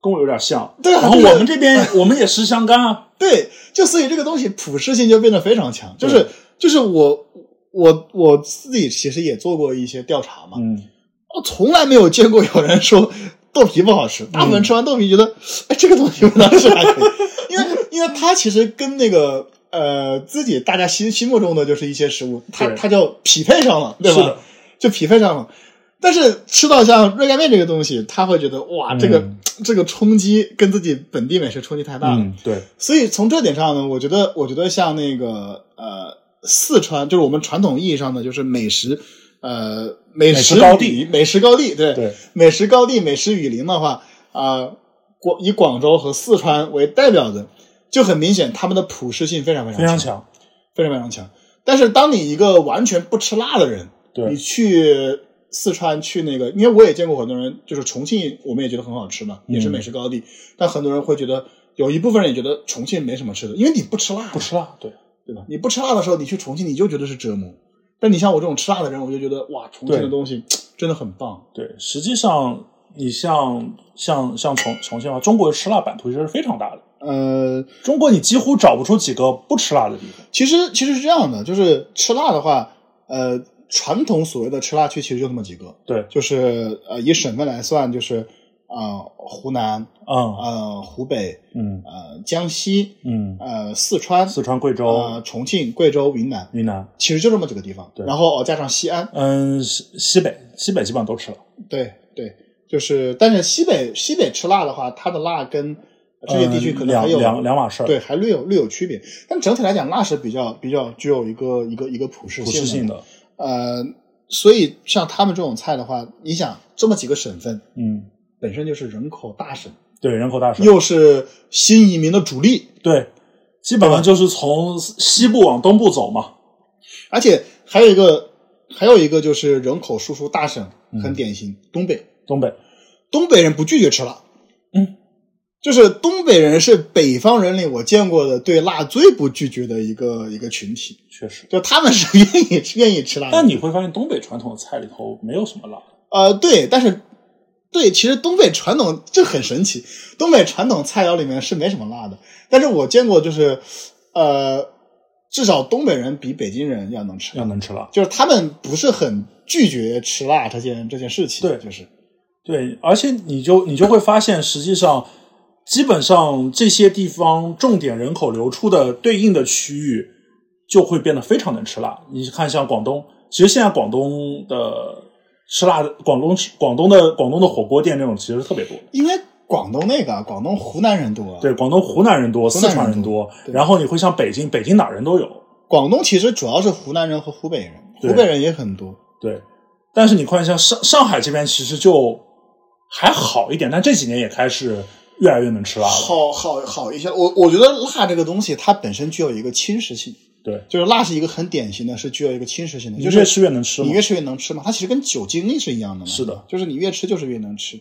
跟我有点像，
对啊
然后
就是
我们这边我们也吃香干啊，
对，就所以这个东西普适性就变得非常强，就
对
是就是我我我自己其实也做过一些调查嘛，
嗯，
我从来没有见过有人说豆皮不好吃，大
嗯
部分吃完豆皮觉得，哎，这个东西我当时还可以，因为因为它其实跟那个呃自己大家心心目中的就是一些食物，它
对
它就匹配上了，对
是的
吧？就匹配上了。但是吃到像热干面这个东西，他会觉得哇，这个、
嗯
这个冲击跟自己本地美食冲击太大了。
嗯，对，
所以从这点上呢，我觉得，我觉得像那个呃，四川就是我们传统意义上的就是美食，呃，美
美
食
食高地
与，美食高地，对，
对
美食高地，美食雨林的话，啊、广以广州和四川为代表的，就很明显，他们的普适性非常非常
非常，强，
非常非常强。但是当你一个完全不吃辣的人，你
对，
去四川去那个，因为我也见过很多人，就是重庆，我们也觉得很好吃嘛，也是美食高地。但很多人会觉得，有一部分人也觉得重庆没什么吃的，因为你不吃辣
不，吃辣，对
对吧？你不吃辣的时候，你去重庆，你就觉得是折磨。但你像我这种吃辣的人，我就觉得哇，重庆的
对
东西真的很棒。
对，实际上你像像像重重庆啊，中国的吃辣版图其实是非常大的，
呃，
中国你几乎找不出几个不吃辣的地方，
其实其实是这样的，就是吃辣的话，呃，传统所谓的吃辣区其实就那么几个，
对，
就是呃以省份来算，就是啊、呃湖南、
嗯
呃湖北、
嗯
呃江西、
嗯，
呃，四川、
四川、贵
呃
州、
重庆、贵州、云南，
云南，
其实就这么几个地方。
对
然后哦，加上西安，
嗯，西西北西北基本上都吃了，
对对，就是，但是西北西北吃辣的话，它的辣跟这些地
嗯
区可能
两
还有、
两两码事儿，
对，还略有略有区别。但整体来讲，辣是比较比较具有一个一个一个普适
不是
性
性
的。
的，
呃，所以像他们这种菜的话，你想这么几个省份
嗯，
本身就是人口大省，
对，人口大省，
又是新移民的主力，
对，基本上就是从西部往东部走嘛。
而且还有一个，还有一个就是人口输出大省
嗯
很典型，东北，
东北，
东北人不拒绝吃辣，
嗯，
就是东北人是北方人里我见过的对辣最不拒绝的一个一个群体，
确实。
就他们是愿意愿意吃辣的，
但你会发现，东北传统的菜里头没有什么辣。
呃对，但是对，其实东北传统这很神奇，东北传统菜肴里面是没什么辣的，但是我见过就是，呃，至少东北人比北京人要能吃辣
要，能吃辣。
就是他们不是很拒绝吃辣这件这件事情。
对
就是
对，而且你就你就会发现，实际上基本上这些地方重点人口流出的对应的区域，就会变得非常能吃辣。你看，像广东，其实现在广东的吃辣的，广东吃广东的广东的火锅店这种其实特别多。
因为广东那个啊广东湖南人多，，啊
对，广东湖南人多，
湖
四
南人
川人多，然后你会像北京，北京哪儿人都有。
广东其实主要是湖南人和湖北人，
对
湖北人也很多。
对，但是你看像上上海这边其实就还好一点，但这几年也开始越来越能吃辣了。
好好好一些，我我觉得辣这个东西它本身具有一个侵蚀性，
对，
就是辣是一个很典型的，是具有一个侵蚀性的，
你
就
越吃
是
越能吃
你
嘛
越。吃越能吃嘛，它其实跟酒精是一样的嘛。
是的，
就是你越吃就是越能吃，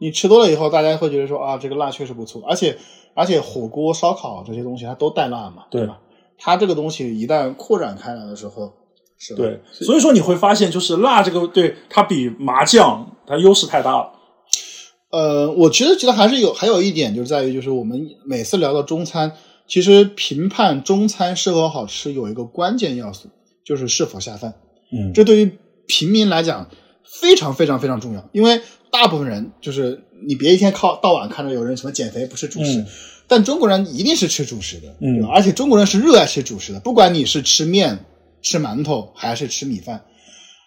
你吃多了以后，大家会觉得说啊，这个辣确实不错，而且而且火锅、烧烤这些东西它都带辣嘛，
对
吧？它这个东西一旦扩展开来的时候，是吧？
对，所以说你会发现，就是辣这个对它比麻酱它优势太大了。
呃，我其实觉得还是有，还有一点就是在于，就是我们每次聊到中餐，其实评判中餐是否好吃有一个关键要素，就是是否下饭。
嗯
这对于平民来讲非常非常非常重要，因为大部分人就是你别一天靠到晚看着有人什么减肥不吃主食，
嗯
但中国人一定是吃主食的，
嗯
对吧？而且中国人是热爱吃主食的，不管你是吃面、吃馒头还是吃米饭，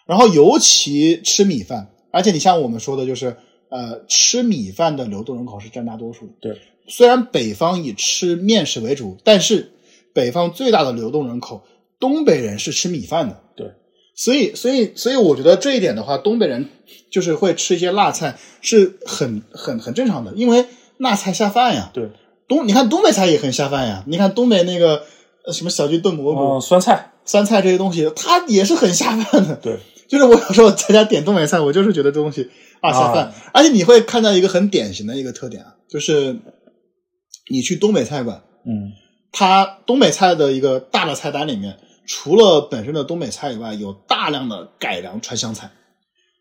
然后尤其吃米饭，而且你像我们说的，就是呃，吃米饭的流动人口是占大多数的。
对，
虽然北方以吃面食为主，但是北方最大的流动人口，东北人是吃米饭的。
对，
所以，所以，所以，我觉得这一点的话，东北人就是会吃一些辣菜，是很很很正常的，因为辣菜下饭呀。
对，
东，你看东北菜也很下饭呀。你看东北那个呃什么小鸡炖蘑菇、
嗯，酸菜，
酸菜这些东西，它也是很下饭的。
对，
就是我有时候在家点东北菜，我就是觉得这东西啊下饭，而且你会看到一个很典型的一个特点啊，就是你去东北菜馆，
嗯，
它东北菜的一个大的菜单里面，除了本身的东北菜以外，有大量的改良川湘菜，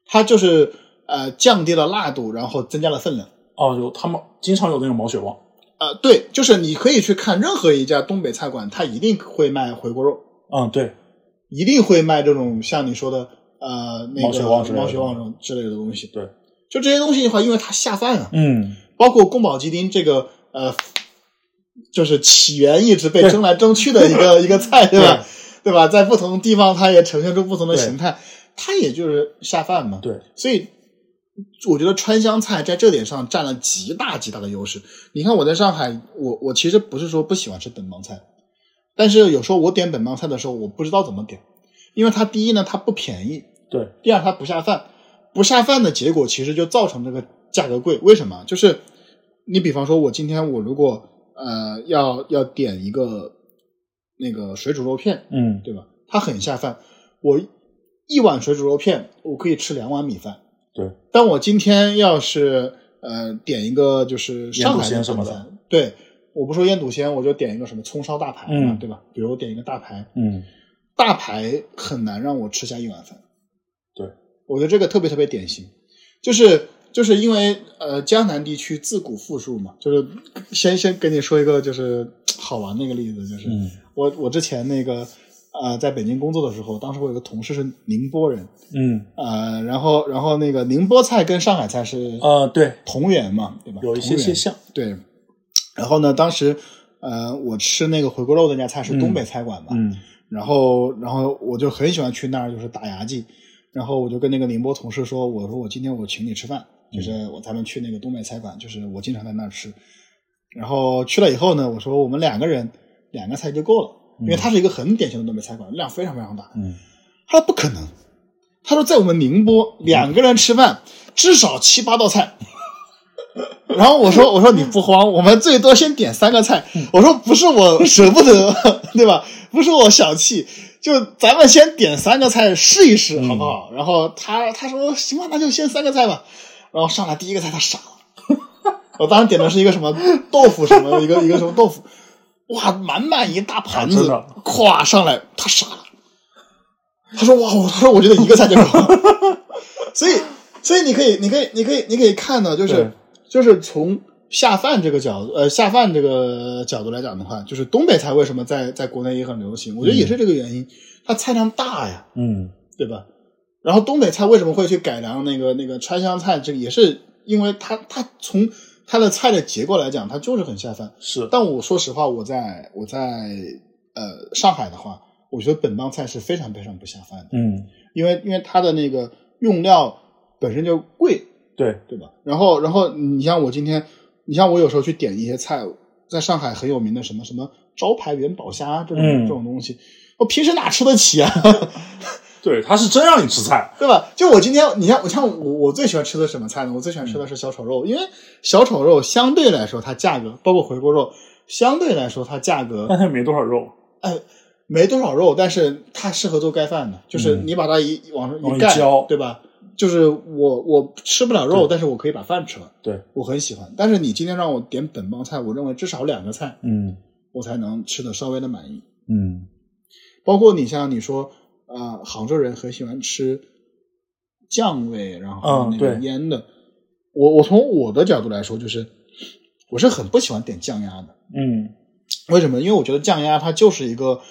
它就是呃降低了辣度，然后增加了分量。
哦，有他们经常有那种毛血旺，
呃，对，就是你可以去看任何一家东北菜馆，它一定会卖回锅肉，
嗯，对，
一定会卖这种像你说的呃那个
毛血旺之类的
毛血旺这种之类的东西。
对，
就这些东西的话，因为它下饭啊，
嗯，
包括宫保鸡丁这个呃，就是起源一直被争来争去的一 个一个菜，对吧？对吧？在不同地方它也呈现出不同的
对
形态，它也就是下饭嘛。
对，
所以我觉得川湘菜在这点上占了极大极大的优势。你看我在上海，我我其实不是说不喜欢吃本帮菜，但是有时候我点本帮菜的时候，我不知道怎么点，因为它第一呢它不便宜，
对，
第二它不下饭，不下饭的结果其实就造成这个价格贵。为什么？就是你比方说我今天我如果呃要要点一个那个水煮肉片，
嗯，
对吧？它很下饭。我一碗水煮肉片，我可以吃两碗米饭。
对，
但我今天要是呃点一个就是上海
腌笃鲜
的
什么的
本餐，对，我不说腌笃鲜，我就点一个什么葱烧大排嘛，
嗯
对吧？比如我点一个大排，
嗯，
大排很难让我吃下一碗饭。
对，
我觉得这个特别特别典型，就是就是因为呃江南地区自古富庶嘛，就是先先跟你说一个就是好玩的一个例子，就是、
嗯
我我之前那个呃在北京工作的时候，当时我有个同事是宁波人，
嗯，
呃，然后然后那个宁波菜跟上海菜是
呃，对，
同源嘛，对吧？
有一些
同源
些像，
对，然后呢，当时呃我吃那个回锅肉那家菜是东北菜馆嘛，
嗯，
然后然后我就很喜欢去那儿，就是打牙祭。然后我就跟那个宁波同事说，我说我今天我请你吃饭，就是
嗯
我咱们去那个东北菜馆，就是我经常在那儿吃。然后去了以后呢，我说我们两个人两个菜就够了，因为它是一个很典型的东北菜馆，量非常非常大。
嗯，
他说不可能，他说在我们宁波两个人吃饭至少七八道菜。然后我说我说你不慌，我们最多先点三个菜。
嗯
我说不是我舍不得， 对吧？不是我小气，就咱们先点三个菜试一
嗯
试，好不好？然后他他说行吧，那就先三个菜吧。然后上来第一个菜他傻了，我当时点的是一个什么豆腐什么一个一个什么豆腐，哇，满满一大盘
啊真
子
的，
咵上来他傻了。他说哇，我他说我觉得一个菜就够了， 所以所以你可以你可以你可以你可以看到，就
对
是就是从下饭这个角度呃下饭这个角度来讲的话，就是东北菜为什么在在国内也很流行，我觉得也是这个原因，它菜量大呀，
嗯，
对吧？然后东北菜为什么会去改良那个那个川湘菜，这个也是因为它它从它的菜的结构来讲，它就是很下饭。
是，
但我说实话，我在我在呃上海的话，我觉得本帮菜是非常非常不下饭的。
嗯，
因为因为它的那个用料本身就贵，
对，
对吧？然后然后你像我今天，你像我有时候去点一些菜，在上海很有名的什么什么招牌元宝虾这种、
嗯
这种东西，我平时哪吃得起啊？
对，他是真让你吃菜，
对吧？就我今天，你像我像我我最喜欢吃的是什么菜呢？我最喜欢吃的是小炒肉，因为小炒肉相对来说它价格，包括回锅肉，相对来说它价格
但他没多少肉，
没多少肉，但是它适合做盖饭的，就是
嗯
你把它一一往
往
上
里
一盖，
浇
对吧？就是我我吃不了肉，但是我可以把饭吃完，
对
我很喜欢。但是你今天让我点本帮菜，我认为至少两个菜
嗯
我才能吃的稍微的满意。
嗯，
包括你像你说，呃，杭州人很喜欢吃酱味，然后
嗯
那个
对
腌的。我我从我的角度来说，就是我是很不喜欢点酱鸭的。
嗯
为什么？因为我觉得酱鸭它就是一个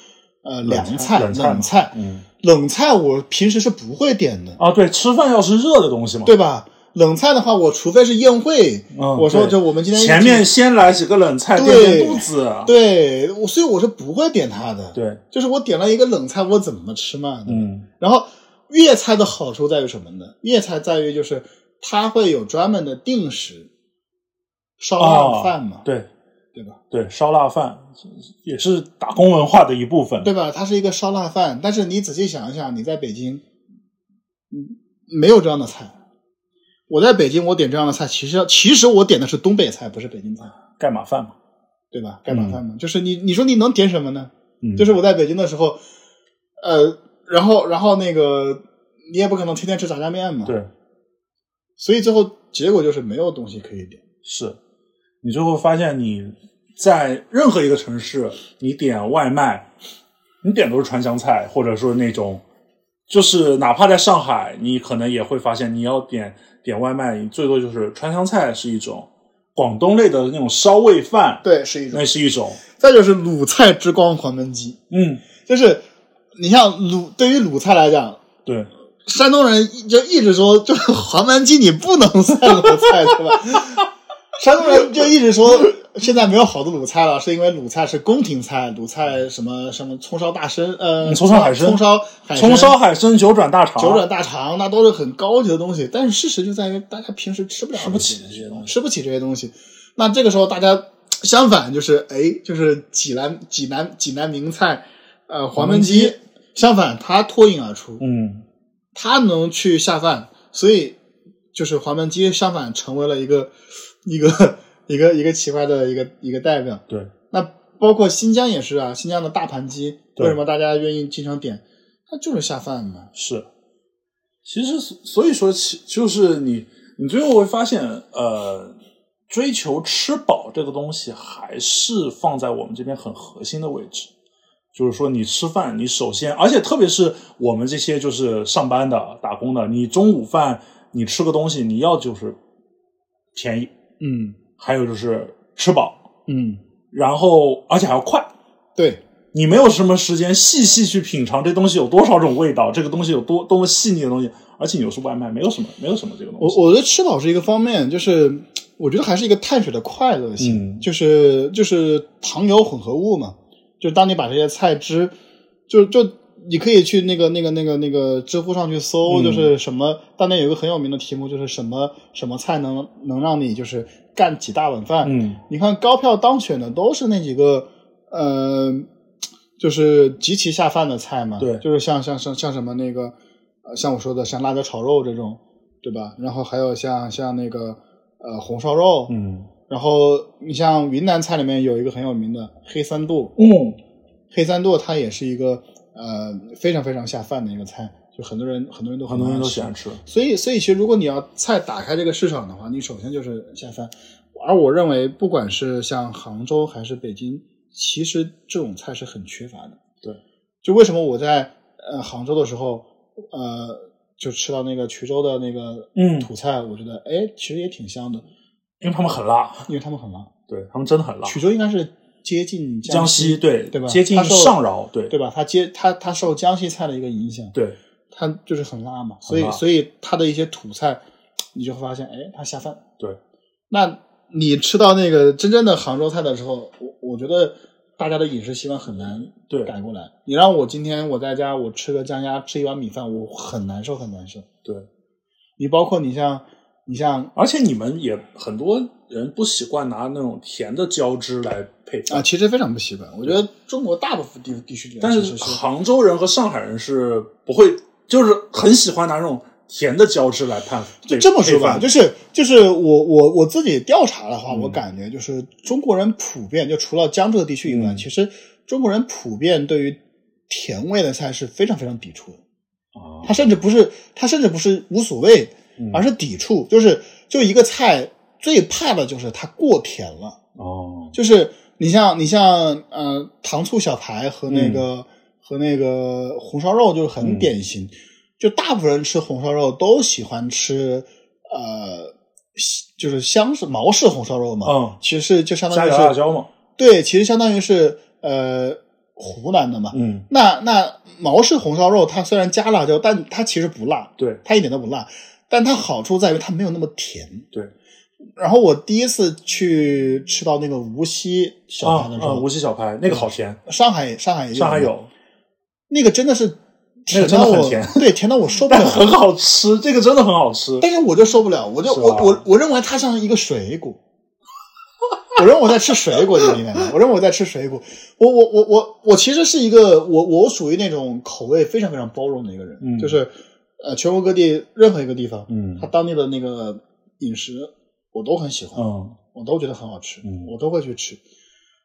呃
冷
凉
菜
菜、
冷
冷
菜嘛
菜
嗯，
冷菜我平时是不会点的，
啊，对，吃饭要吃热的东西嘛，
对吧？冷菜的话，我除非是宴会，
嗯
我说
对
就我们今天一起
前面先来几个冷菜垫
对
垫肚子，
对，我所以我是不会点它的。，
对，
就是我点了一个冷菜，我怎么吃嘛？对吧
嗯
然后粤菜的好处在于什么呢？粤菜在于就是它会有专门的定时
哦
烧腊饭嘛，
对
对吧？
对，烧腊饭也是打工文化的一部分。
对吧？它是一个烧腊饭，但是你仔细想一想，你在北京，嗯，没有这样的菜。我在北京，我点这样的菜，其实其实我点的是东北菜，不是北京菜，
盖码饭嘛，
对吧？盖码饭嘛，就是你你说你能点什么呢？
嗯，
就是我在北京的时候，呃，然后然后那个你也不可能天天吃炸酱面嘛，
对，
所以最后结果就是没有东西可以点。
是，你就会发现你在任何一个城市，你点外卖，你点都是川湘菜，或者说那种，就是哪怕在上海，你可能也会发现，你要点点外卖，你最多就是川湘菜是一种，广东类的那种烧味饭，
对，是一种
那。是一种，
再就是鲁菜之光黄焖鸡，
嗯，
就是你像鲁，对于鲁菜来讲，
对，
山东人一就一直说，就是黄焖鸡你不能算鲁菜，对吧？山东人就一直说，现在没有好的鲁菜了，是因为鲁菜是宫廷菜，鲁菜什么什么葱烧大参，呃，
嗯葱烧海参
葱烧海参
葱烧海参、九转大肠，
九转大肠，那都是很高级的东西。但是事实就在于，大家平时吃不了，
吃不起这些东西
吃不起这些东西。那这个时候，大家相反就是，哎，就是济南济南济南名菜，呃，黄焖鸡，相反它脱颖而出，
嗯，
它能去下饭，所以就是黄焖鸡相反成为了一个一个 一个一个奇怪的一个一个代表。
对，
那包括新疆也是啊，新疆的大盘鸡，
对
为什么大家愿意经常点？它就是下饭嘛。
是，其实所所以说，其就是你你最后会发现，呃，追求吃饱这个东西还是放在我们这边很核心的位置。就是说，你吃饭，你首先，而且特别是我们这些就是上班的、打工的，你中午饭你吃个东西，你要就是便宜，
嗯
还有就是吃饱，
嗯，
然后而且还要快，
对，
你没有什么时间细细去品尝这东西有多少种味道，这个东西有多多么细腻的东西，而且你又是外卖，没有什么没有什么这个东
我
西。
我觉得吃饱是一个方面，就是我觉得还是一个碳水的快乐性，
嗯
就是就是糖油混合物嘛，就是当你把这些菜汁，就就你可以去那个那个那个那个知乎上去搜，
嗯
就是什么，当年有一个很有名的题目，就是什么什么菜能能让你就是干几大碗饭，
嗯，
你看高票当选的都是那几个，呃，就是极其下饭的菜嘛，
对
就是像像像像什么那个，呃，像我说的像辣椒炒肉这种，对吧？然后还有像像那个呃红烧肉，
嗯
然后你像云南菜里面有一个很有名的黑三剁，
嗯，
黑三剁它也是一个呃非常非常下饭的一个菜，就很多人很多人都
很多人
爱
都
吃
喜欢吃。
所以，所以其实如果你要菜打开这个市场的话，你首先就是下饭。而我认为，不管是像杭州还是北京，其实这种菜是很缺乏的。
对，
就为什么我在呃杭州的时候，呃，就吃到那个衢州的那个
嗯
土菜，我觉得哎，其实也挺香的，
因为他们很辣，
因为他们很辣。
对他们真的很辣。
衢州应该是接近
江
西，
西对
对吧
接近
它受
上饶对
对吧？它接它它受江西菜的一个影响，
对
它就是很辣嘛，所以
辣
所以它的一些土菜，你就会发现，哎，它下饭。
对，
那你吃到那个真正的杭州菜的时候，我我觉得大家的饮食习惯很难
对
改过来。你让我今天我在家我吃个酱鸭，吃一碗米饭，我很难受，很难受。
对，
你包括你像你像
而且你们也很多人不习惯拿那种甜的胶汁来配饭
啊，，其实非常不习惯。我觉得中国大部分地地区里面
但
是
是
是
杭州人和上海人是不会，就是很喜欢拿那种甜的胶汁来拌。
就这么说吧，
配饭
就是就是我我我自己调查的话，
嗯
我感觉就是中国人普遍就除了江浙地区以外，
嗯
其实中国人普遍对于甜味的菜是非常非常抵触的。
啊
他甚至不是他甚至不是无所谓，
嗯
而是抵触，就是就一个菜最怕的就是它过甜了，
哦，
就是你像你像呃糖醋小排和那个、和那个红烧肉就是很
嗯
典型，就大部分人吃红烧肉都喜欢吃呃西就是香式毛式红烧肉嘛，
嗯
其实是就相当
加
于
点辣
是
椒嘛，
对，其实相当于是呃湖南的嘛。
嗯，
那那毛氏红烧肉，它虽然加辣椒，但它其实不辣，
对，
它一点都不辣，但它好处在于它没有那么甜。
对。
然后我第一次去吃到那个无锡小
啊
排的时
啊，
候，
无锡小排那个好甜，
上海上海也有
上海有，
那个真的是
那个
甜
真
到
的很
我
甜，
对甜到我受不
但
了，
很好吃，这个真的很好吃。
但是我就受不了，我就是我
吧
我我认为它像一个水果，我认为我在吃水果，你明白吗？我认为我在吃水果，我我我我我其实是一个我我属于那种口味非常非常包容的一个人，
嗯
就是呃全国各地任何一个地方，
嗯
它当地的那个饮食我都很喜欢，
嗯
我都觉得很好吃，
嗯
我都会去吃。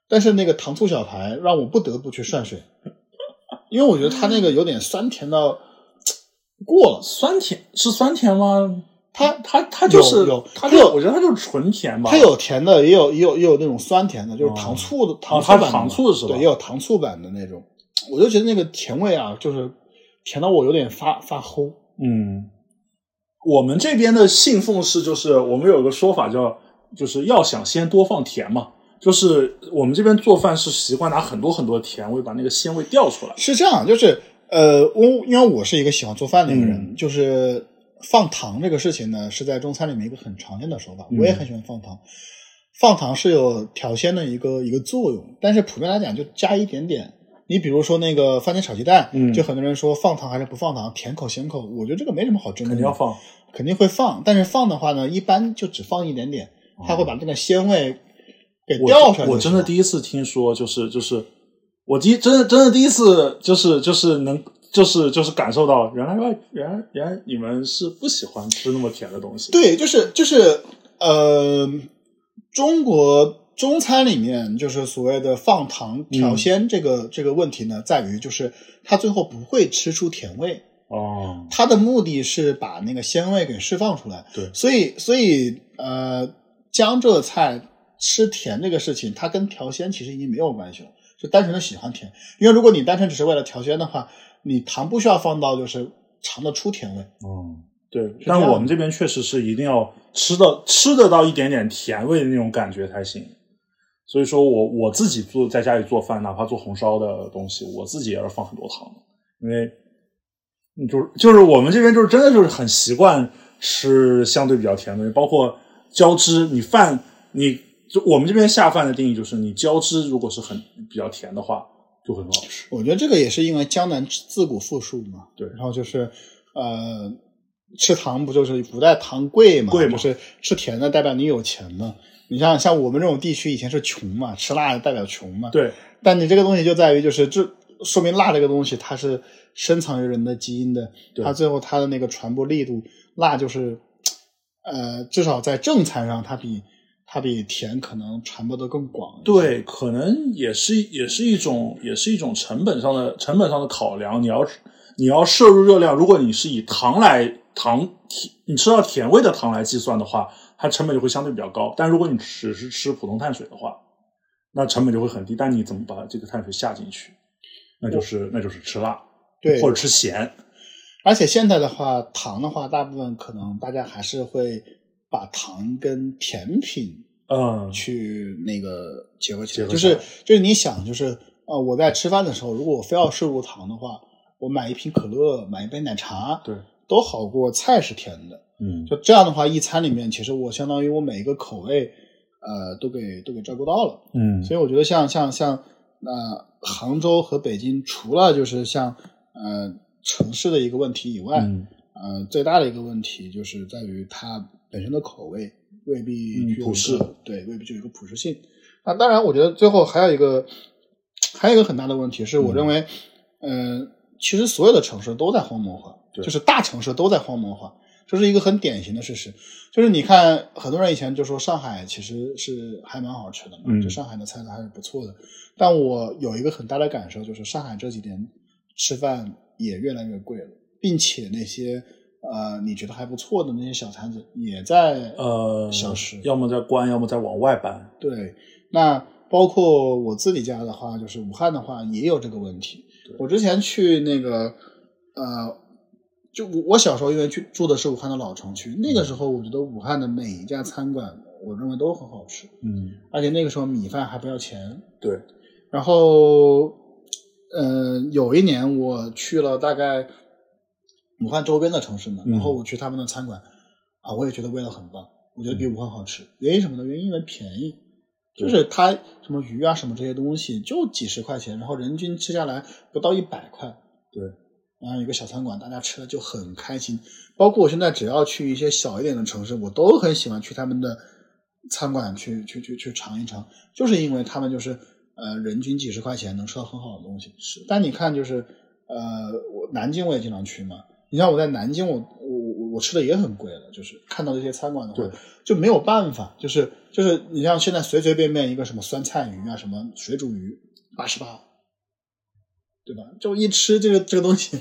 但是那个糖醋小排让我不得不去涮水，因为我觉得它那个有点酸甜到过了。
酸甜是酸甜吗？
它
它它就是
有有
它
它
就
有
我觉得它就是纯甜吧。
它有甜的，也有也有也有那种酸甜的，就是
哦
糖醋的、
哦
糖醋
它
版的嘛、
糖醋是吧
对，也有糖醋版的那种。我就觉得那个甜味啊，就是甜到我有点发发齁。
嗯，我们这边的信奉是就是我们有个说法叫就是要想鲜多放甜嘛，就是我们这边做饭是习惯拿很多很多甜味把那个鲜味调出来。
是这样，就是呃，我因为我是一个喜欢做饭的一个人，
嗯
就是放糖这个事情呢，是在中餐里面一个很常见的手法。
嗯
我也很喜欢放糖，放糖是有调鲜的一个一个作用，但是普遍来讲就加一点点。你比如说那个番茄炒鸡蛋，
嗯
就很多人说放糖还是不放糖，甜口咸口，我觉得这个没什么好争
肯
论
定要
的，
放，
肯定会放，但是放的话呢，一般就只放一点点，它会把那个鲜味给
哦我
调出来就行了。
我真的第一次听说，就是就是，我第一真的真的第一次就是就是能就是就是感受到，原来外原来原来你们是不喜欢吃那么甜的东西。
对，就是就是呃，中国中餐里面就是所谓的放糖
嗯
调鲜这个、这个问题呢，在于就是它最后不会吃出甜味，
哦，
它的目的是把那个鲜味给释放出来。
对
所以所以呃，江浙菜吃甜这个事情，它跟调鲜其实已经没有关系了，就单纯的喜欢甜。因为如果你单纯只是为了调鲜的话，你糖不需要放到就是尝得出甜味。
嗯，对，
这
但
样
我们这边确实是一定要吃到吃得到一点点甜味的那种感觉才行。所以说我我自己做在家里做饭，哪怕做红烧的东西，我自己也是放很多糖的，因为嗯就是就是我们这边就是真的就是很习惯吃相对比较甜的，包括浇汁，你饭你就我们这边下饭的定义就是你浇汁如果是很比较甜的话，就会很好吃。
我觉得这个也是因为江南自古富庶嘛，
对
然后就是呃，吃糖不就是古代糖贵嘛，
贵嘛
就是吃甜的代表你有钱嘛。你像像我们这种地区以前是穷嘛，吃辣的代表穷嘛。，
对，
但你这个东西就在于就是这说明辣这个东西它是深藏于人的基因的，
对
它最后它的那个传播力度，辣就是呃至少在正餐上它比它比甜可能传播的更广。，
对，可能也是也是一种也是一种成本上的成本上的考量。你要你要摄入热量，如果你是以糖来糖甜，你吃到甜味的糖来计算的话，它成本就会相对比较高。但如果你只是吃普通碳水的话，那成本就会很低。但你怎么把这个碳水下进去？那就是那就是吃辣，
对
或者吃咸。
而且现在的话，糖的话，大部分可能大家还是会把糖跟甜品
嗯，
去那个结合起
结
来，
合
就
起来
是就是你想，就是呃，我在吃饭的时候，如果我非要摄入糖的话，我买一瓶可乐，买一杯奶茶，
对，
都好过菜是甜的。
嗯，
就这样的话，一餐里面其实我相当于我每一个口味，呃，都给都给照顾到了。
嗯，
所以我觉得像像像呃杭州和北京，除了就是像呃城市的一个问题以外，
嗯
呃，最大的一个问题就是在于它本身的口味未必
嗯
具有一个
普适
对，未必具有一个普适性。那当然，我觉得最后还有一个，还有一个很大的问题是，我认为，嗯、呃，其实所有的城市都在荒漠化，
对
就是大城市都在荒漠化，这是一个很典型的事实。就是你看，很多人以前就说上海其实是还蛮好吃的嘛，
嗯
就上海的菜色还是不错的。但我有一个很大的感受，就是上海这几年吃饭也越来越贵了，并且那些呃你觉得还不错的那些小摊子也在
呃，
消失。
要么在关，要么在往外搬。
对，那包括我自己家的话，就是武汉的话也有这个问题。我之前去那个呃，就我我小时候因为去住的是武汉的老城区，那个时候我觉得武汉的每一家餐馆，我认为都很好吃。
嗯，
而且那个时候米饭还不要钱。
对，
然后，呃，有一年我去了大概武汉周边的城市嘛，
嗯
然后我去他们的餐馆，啊，我也觉得味道很棒，我觉得比武汉好吃。原因什么呢？原因因为便宜，
嗯对
就是它什么鱼啊什么这些东西就几十块钱，然后人均吃下来不到一百块。
对，
然后有个小餐馆，大家吃的就很开心。包括我现在只要去一些小一点的城市，我都很喜欢去他们的餐馆去去去去尝一尝，就是因为他们就是呃人均几十块钱能吃到很好的东西。是，但你看就是呃，我南京我也经常去嘛。你像我在南京我，我我我我吃的也很贵了，就是看到这些餐馆的话
对，
就没有办法，就是就是你像现在随随便便一个什么酸菜鱼啊，什么水煮鱼，八十八，对吧？就一吃这个这个东西，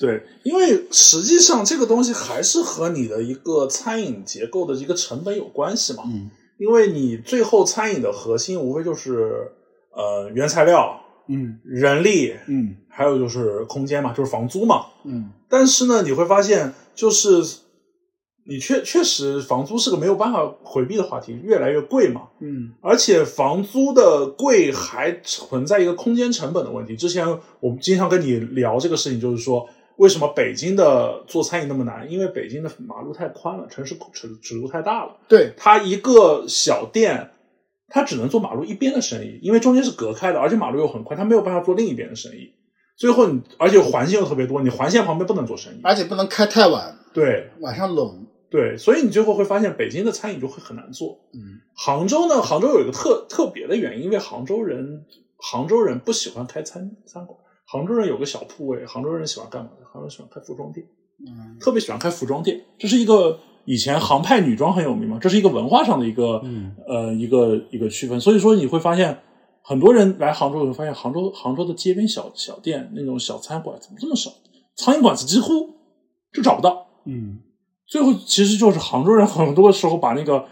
对，因为实际上这个东西还是和你的一个餐饮结构的一个成本有关系嘛。
嗯
因为你最后餐饮的核心无非就是呃原材料、
嗯
人力，
嗯
还有就是空间嘛，就是房租嘛。
嗯，
但是呢，你会发现，就是你确确实房租是个没有办法回避的话题，越来越贵嘛。
嗯
而且房租的贵还存在一个空间成本的问题。之前我们经常跟你聊这个事情，就是说为什么北京的做餐饮那么难？因为北京的马路太宽了，城市尺尺度太大了。
对，
它一个小店，它只能做马路一边的生意，因为中间是隔开的，而且马路又很宽，它没有办法做另一边的生意。最后你，而且环线又特别多，你环线旁边不能做生意。
而且不能开太晚，
对
晚上冷，
对，所以你最后会发现，北京的餐饮就会很难做。
嗯
杭州呢，杭州有一个特特别的原因，因为杭州人，杭州人不喜欢开餐餐馆，杭州人有个小铺位，杭州人喜欢干嘛？杭州人喜欢开服装店，
嗯
特别喜欢开服装店，这是一个以前杭派女装很有名嘛，这是一个文化上的一个、
嗯
呃一个一个区分。所以说你会发现，很多人来杭州，你会发现杭州杭州的街边小小店那种小餐馆怎么这么少，苍蝇馆子几乎就找不到。
嗯，
最后其实就是杭州人很多时候把那个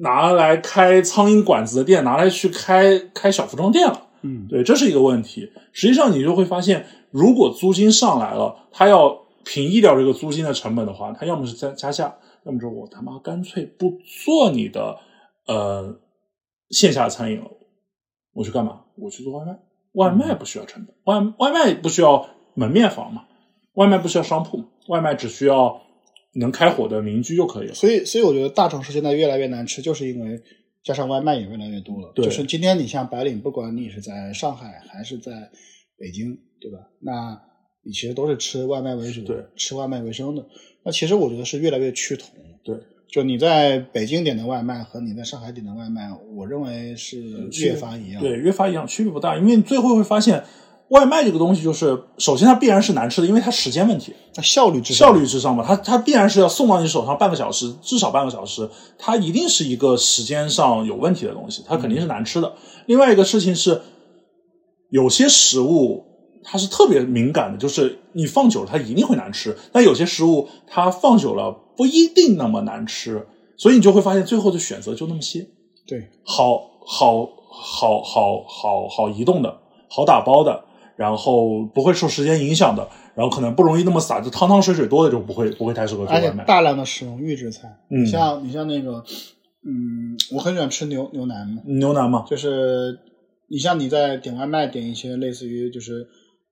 拿来开苍蝇馆子的店拿来去开开小服装店了。
嗯
对，这是一个问题。实际上你就会发现，如果租金上来了，他要平抑掉这个租金的成本的话，他要么是加加价，要么就我他妈干脆不做你的呃线下餐饮了，我去干嘛？我去做外卖。外
嗯
卖不需要成本，外外卖不需要门面房嘛，外卖不需要商铺嘛，外卖只需要能开火的民居就可以了。
所以所以我觉得大城市现在越来越难吃，就是因为。加上外卖也越来越多了，
对
就是今天你像白领，不管你是在上海还是在北京，对吧？那你其实都是吃外卖为主，
对，
吃外卖为生的。那其实我觉得是越来越趋同了。
对，
就你在北京点的外卖和你在上海点的外卖，我认为是越发一样。
呃对，，越发一样，区别不大，因为你最后会发现，外卖这个东西就是，首先它必然是难吃的，因为它时间问题，
那效率至上
效率至上嘛，它它必然是要送到你手上半个小时，至少半个小时，它一定是一个时间上有问题的东西，它肯定是难吃的。另外一个事情是，有些食物它是特别敏感的，就是你放久了它一定会难吃，但有些食物它放久了不一定那么难吃，所以你就会发现最后的选择就那么些。
对，
好好好好好好移动的，好打包的，然后不会受时间影响的，然后可能不容易那么洒，就汤汤水水多的就不会不会太适合做
而且
外卖。
大量的使用预制菜。
嗯
你像你像那个，嗯，我很喜欢吃牛牛腩嘛，
牛腩嘛，
就是你像你在点外卖点一些类似于就是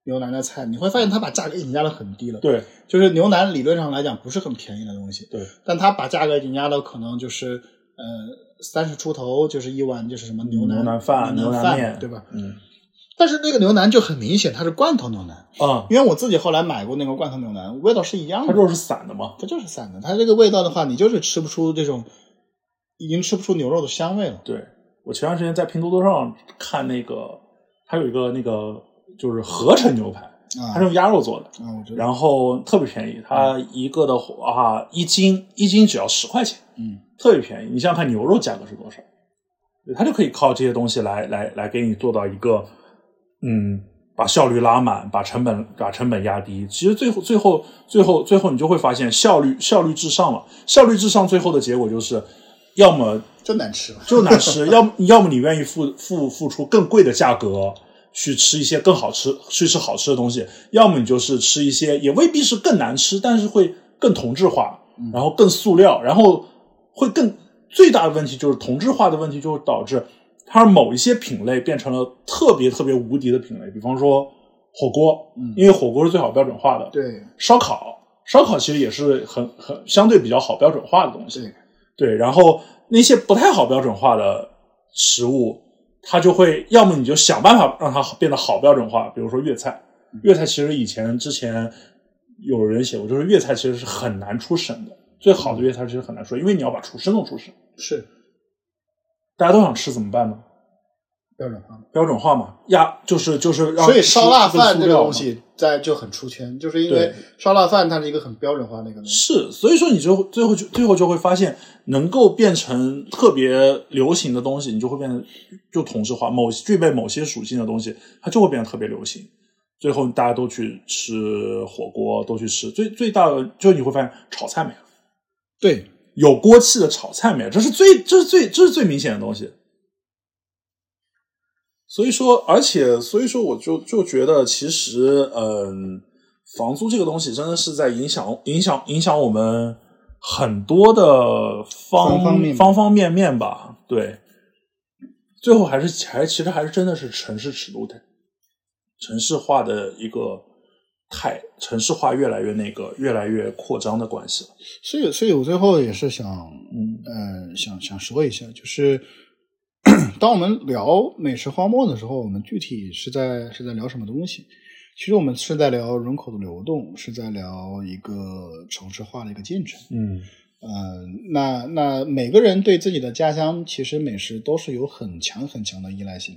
牛腩的菜，你会发现它把价格已经压得很低了。，
对
就是牛腩理论上来讲不是很便宜的东西，
对
但他把价格已经压到可能就是呃三十出头，就是一碗就是什么牛腩
牛腩饭
牛
牛腩
饭
面
对吧？
嗯
但是那个牛腩就很明显，它是罐头牛腩，
啊，
因为我自己后来买过那个罐头牛腩，味道是一样
它
的，
肉是散的嘛，
它就是散的，它这个味道的话，你就是吃不出这种，已经吃不出牛肉的香味了。
对我前段时间在拼多多上看那个，它有一个那个就是合成牛排，
啊
它是用鸭肉做的，
啊，我觉得，
然后特别便宜，它一个的话一斤一斤只要十块钱。
嗯，
特别便宜。你想想看牛肉价格是多少，对它就可以靠这些东西来来来给你做到一个，嗯，把效率拉满，把成本把成本压低。其实最后最后最后最后你就会发现效率效率至上了，效率至上最后的结果就是，要么
真难吃了。
就难 吃，要么要么你愿意付付付出更贵的价格。去吃一些更好吃，去吃好吃的东西；要么你就是吃一些也未必是更难吃，但是会更同质化，然后更塑料，然后会更最大的问题就是同质化的问题，就是导致它某一些品类变成了特别特别无敌的品类，比方说火锅，
嗯
因为火锅是最好标准化的，
对
烧烤，烧烤其实也是很很相对比较好标准化的东西。
对
对，然后那些不太好标准化的食物，它就会要么你就想办法让它变得好标准化，比如说粤菜，
嗯
粤菜其实以前之前有人写过，就是粤菜其实是很难出审的，最好的粤菜其实很难说，因为你要把厨师弄出审，
是
大家都想吃怎么办呢？
标准化。
标准化嘛，呀，就是哦就是让
所以烧腊饭
出
这
出
个
料
东
嘛
西在就很出圈，就是因
对
为烧腊饭它是一个很标准化的一个东西。
是，所以说你就最后就最后就会发现，能够变成特别流行的东西，你就会变成就同质化，某具备某些属性的东西，它就会变得特别流行。最后大家都去吃火锅，都去吃最最大的，就你会发现炒菜没了，
对，
有锅气的炒菜没了，这是最这是最这是最明显的东西。所以说，而且所以说，我就就觉得其实，嗯，房租这个东西真的是在影响影响影响我们很多的方
方方面面
方方面面吧。对，最后还是还其实还是真的是城市尺度的城市化的一个态，城市化越来越那个越来越扩张的关系了。
所以所以我最后也是想，
嗯
呃，想想说一下，就是 当我们聊美食荒漠的时候，我们具体是在是在聊什么东西？其实我们是在聊人口的流动，是在聊一个城市化的一个进程。
嗯，
呃，那那每个人对自己的家乡其实美食都是有很强很强的依赖性，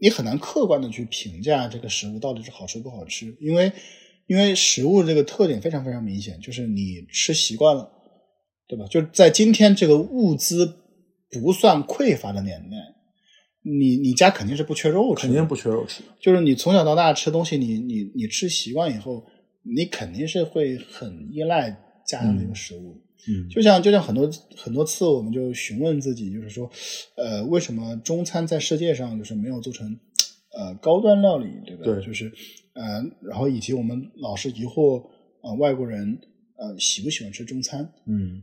你很难客观的去评价这个食物到底是好吃不好吃，因为因为食物这个特点非常非常明显，就是你吃习惯了，对吧？就是在今天这个物资不算匮乏的年代，你你家肯定是不缺肉吃的，
肯定不缺肉吃的。
就是你从小到大吃东西，你你你吃习惯以后，你肯定是会很依赖家乡的一个食物。
嗯
就像就像很多很多次，我们就询问自己，就是说，呃，为什么中餐在世界上就是没有做成呃高端料理，对吧？
对
就是呃，然后以及我们老是疑惑呃外国人呃喜不喜欢吃中餐，
嗯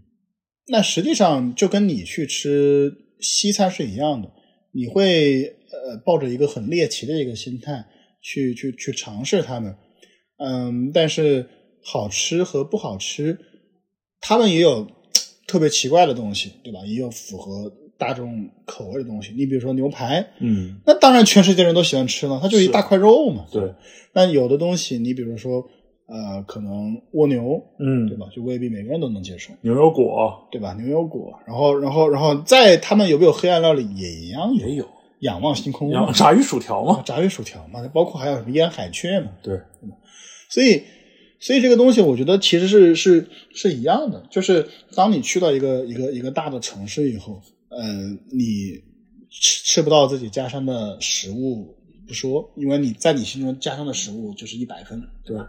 那实际上就跟你去吃西餐是一样的，你会呃抱着一个很猎奇的一个心态去去去尝试它们，嗯，但是好吃和不好吃，他们也有特别奇怪的东西，对吧？也有符合大众口味的东西。你比如说牛排，
嗯，
那当然全世界人都喜欢吃了，它就是一
是
大块肉嘛。
对，
那有的东西，你比如说呃，可能蜗牛，
嗯
对吧？就未必每个人都能接受。
牛油果
对吧？牛油果，然后，然后，然后再他们有没有黑暗料理也一样有，
也有，
仰望星空
然后
嘛，
炸鱼薯条嘛，
炸鱼薯条嘛，包括还有什么腌海雀嘛，
对，
所以，所以这个东西我觉得其实是是是一样的，就是当你去到一个一个一个大的城市以后，呃，你吃吃不到自己家乡的食物不说，因为你在你心中家乡的食物就是一百分，
对
吧？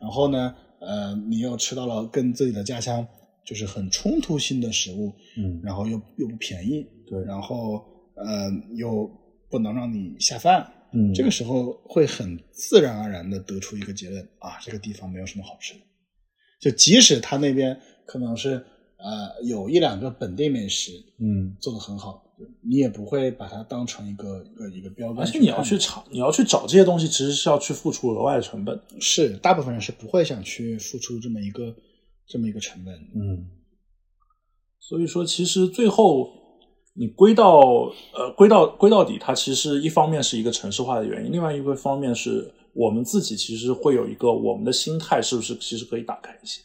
然后呢，呃，你又吃到了跟自己的家乡就是很冲突性的食物，
嗯，
然后又又不便宜，
对
然后呃又不能让你下饭，
嗯
这个时候会很自然而然的得出一个结论啊，这个地方没有什么好吃的。就即使他那边可能是呃有一两个本地美食
嗯，
做的很好，你也不会把它当成一个一个一个标
而
杆看待。
且你要去查，你要去找这些东西，其实是要去付出额外的成本。
是大部分人是不会想去付出这么一个这么一个成本。
嗯，所以说，其实最后你归到呃归到归到底，它其实一方面是一个城市化的原因，另外一个方面是我们自己其实会有一个我们的心态是不是其实可以打开一些。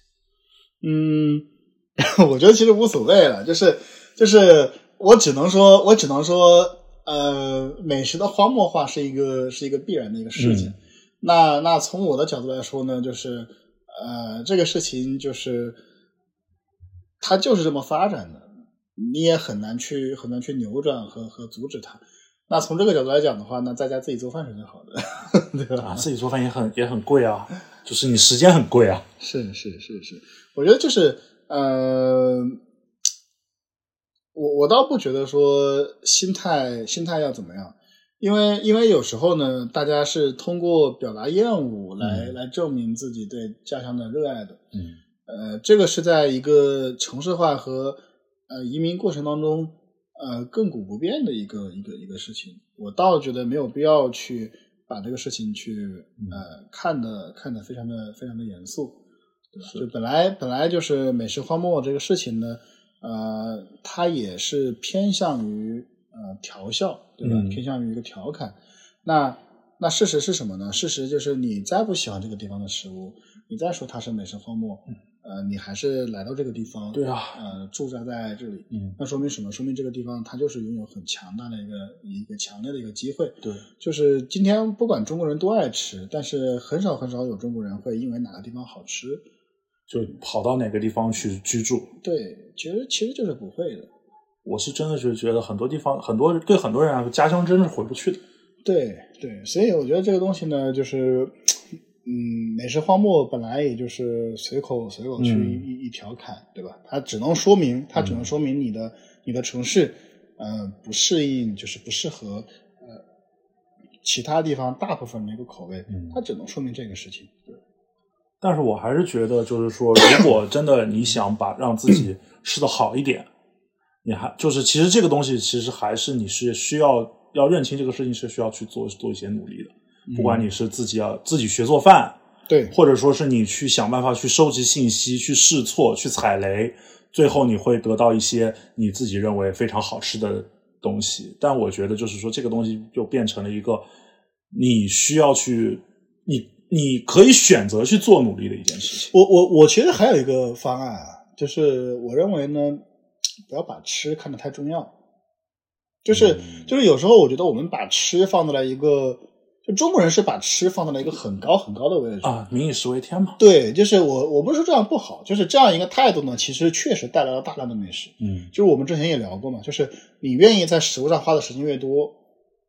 嗯， 我觉得其实无所谓了，就是就是我只能说，我只能说，呃，美食的荒漠化是一个是一个必然的一个事情。
嗯
那那从我的角度来说呢，就是呃，这个事情就是它就是这么发展的，你也很难去很难去扭转和和阻止它。那从这个角度来讲的话，那在家自己做饭是最好的，对吧？
啊，自己做饭也很也很贵啊，就是你时间很贵啊。
是是是是，我觉得就是呃，我我倒不觉得说心态心态要怎么样，因为因为有时候呢，大家是通过表达厌恶来、
嗯
来证明自己对家乡的热爱的。
嗯
呃，这个是在一个城市化和呃移民过程当中，呃亘古不变的一个一个一个事情。我倒觉得没有必要去把这个事情去呃看的看的非常的非常的严肃，对吧？就本来本来就是美食荒漠这个事情呢，呃，它也是偏向于呃调笑，对吧？
嗯
偏向于一个调侃。那那事实是什么呢？事实就是你再不喜欢这个地方的食物，你再说它是美食荒漠，呃，你还是来到这个地方，
嗯对啊
呃，驻扎在这里，
嗯，
那说明什么？说明这个地方它就是拥有很强大的一个一个强烈的一个机会。
对，
就是今天不管中国人多爱吃，但是很少很少有中国人会因为哪个地方好吃，
就跑到哪个地方去居住。
对，其实其实就是不会的。
我是真的是觉得很多地方，很多对很多人啊，家乡真是回不去的。
对对，所以我觉得这个东西呢，就是，嗯，美食荒漠本来也就是随口随口去一、
嗯
一条侃，对吧？它只能说明，它只能说明你的、你的城市，呃，不适应，就是不适合，呃，其他地方大部分的一个口味，
嗯
它只能说明这个事情。对
但是我还是觉得，就是说，如果真的你想把让自己吃的好一点，你还就是其实这个东西其实还是你是需要要认清这个事情是需要去做做一些努力的。
嗯
不管你是自己要自己学做饭，
对
或者说是你去想办法去收集信息、去试错、去踩雷，最后你会得到一些你自己认为非常好吃的东西。但我觉得就是说，这个东西就变成了一个你需要去，你你可以选择去做努力的一件事情。
我我我其实还有一个方案啊，就是我认为呢，不要把吃看得太重要，就是、
嗯
就是有时候我觉得我们把吃放在了一个，就中国人是把吃放在了一个很高很高的位置。
啊，民以食为天嘛。
对，就是我我不是说这样不好，就是这样一个态度呢，其实确实带来了大量的美食。
嗯，
就是我们之前也聊过嘛，就是你愿意在食物上花的时间越多。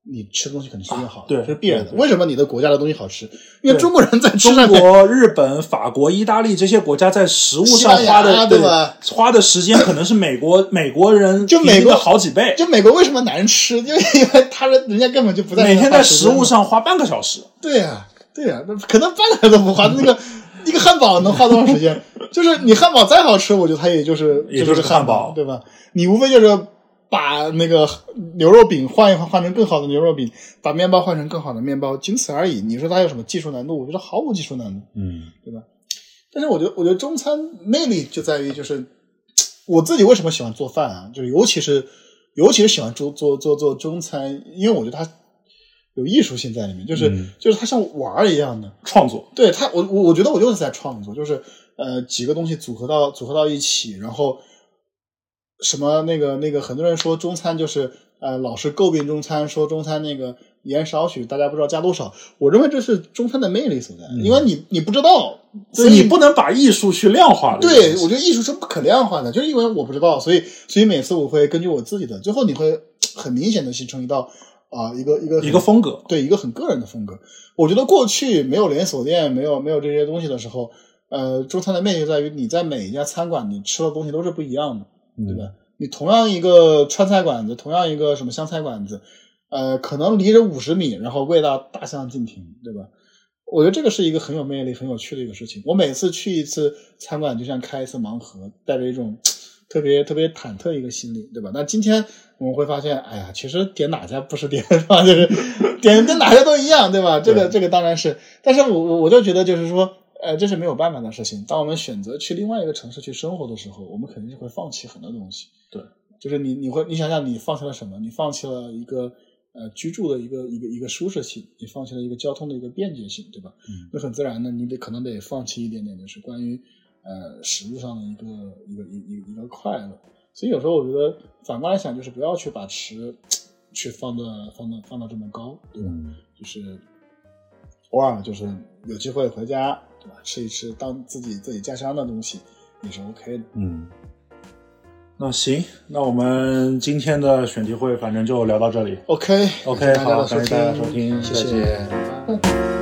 你吃东西肯定是越好的，
啊对
这是必然的。
对对
为什么你的国家的东西好吃？因为
对
中国人在吃
中
上面
国、日本、法国、意大利这些国家在食物上
西
花
班牙
的
对吧
花的时间可能是美国美国人
就美国
平均的好几倍，
就美国为什么难吃？就因为他人人家根本就不在
每天在食
食
物。上花半个小时。
对呀、对呀、那可能半个都不花。那个一个汉堡能花多长时间？就是你汉堡再好吃，我觉得它也就是
也
就
就是是
汉
汉堡
对吧？你无非就是把那个牛肉饼换一换，换成更好的牛肉饼，把面包换成更好的面包，仅此而已。你说它有什么技术难度？我觉得毫无技术难度。
嗯，
但是我觉得，我觉得中餐魅力就在于，就是我自己为什么喜欢做饭啊，就是尤其是尤其是喜欢做做做做中餐，因为我觉得它有艺术性在里面，就是、
嗯
就是它像玩儿一样的。
创作。
对它，我我我觉得我就是在创作，就是呃几个东西组合到组合到一起，然后什么那个那个，很多人说中餐就是呃老是诟病中餐，说中餐那个盐少许，大家不知道加多少。我认为这是中餐的魅力所在，因为你你不知道，所
嗯所
以
以你不能把艺术去量化的。
对，我觉得艺术是不可量化的，就是因为我不知道，所以所以每次我会根据我自己的，最后你会很明显的形成一道啊、一个一个
一个风格。
对一个很个人的风格。我觉得过去没有连锁店，没有没有这些东西的时候，呃，中餐的魅力就在于你在每一家餐馆你吃的东西都是不一样的，
嗯
对吧？你同样一个川菜馆子，同样一个什么湘菜馆子，呃，可能离着五十米，然后味道大相径庭，对吧？我觉得这个是一个很有魅力、很有趣的一个事情。我每次去一次餐馆，就像开一次盲盒，带着一种特别特别忐忑一个心理，对吧？那今天我们会发现，哎呀，其实点哪家不是点，是吧？ 就是点跟哪家都一样，对吧？这个
对
这个当然是，但是我我我就觉得就是说，呃，这是没有办法的事情。当我们选择去另外一个城市去生活的时候，我们肯定是会放弃很多东西。
对，
就是你你会你想想，你放弃了什么？你放弃了一个。呃，居住的一个一个一个舒适性，你放弃了一个交通的一个便捷性，对吧？
嗯
那很自然的，你得可能得放弃一点点，就是关于呃食物上的一个一个一一一个快乐。所以有时候我觉得反过来想，就是不要去把吃去放的放的放到这么高，对吧？
嗯，
就是偶尔就是有机会回家，对吧？吃一吃当自己自己家乡的东西也是 OK 的。
嗯。那行，那我们今天的选题会反正就聊到这里。
OK，
OK，
感谢大家
好
的收
感谢大家收听
谢
再
谢，
见
拜拜。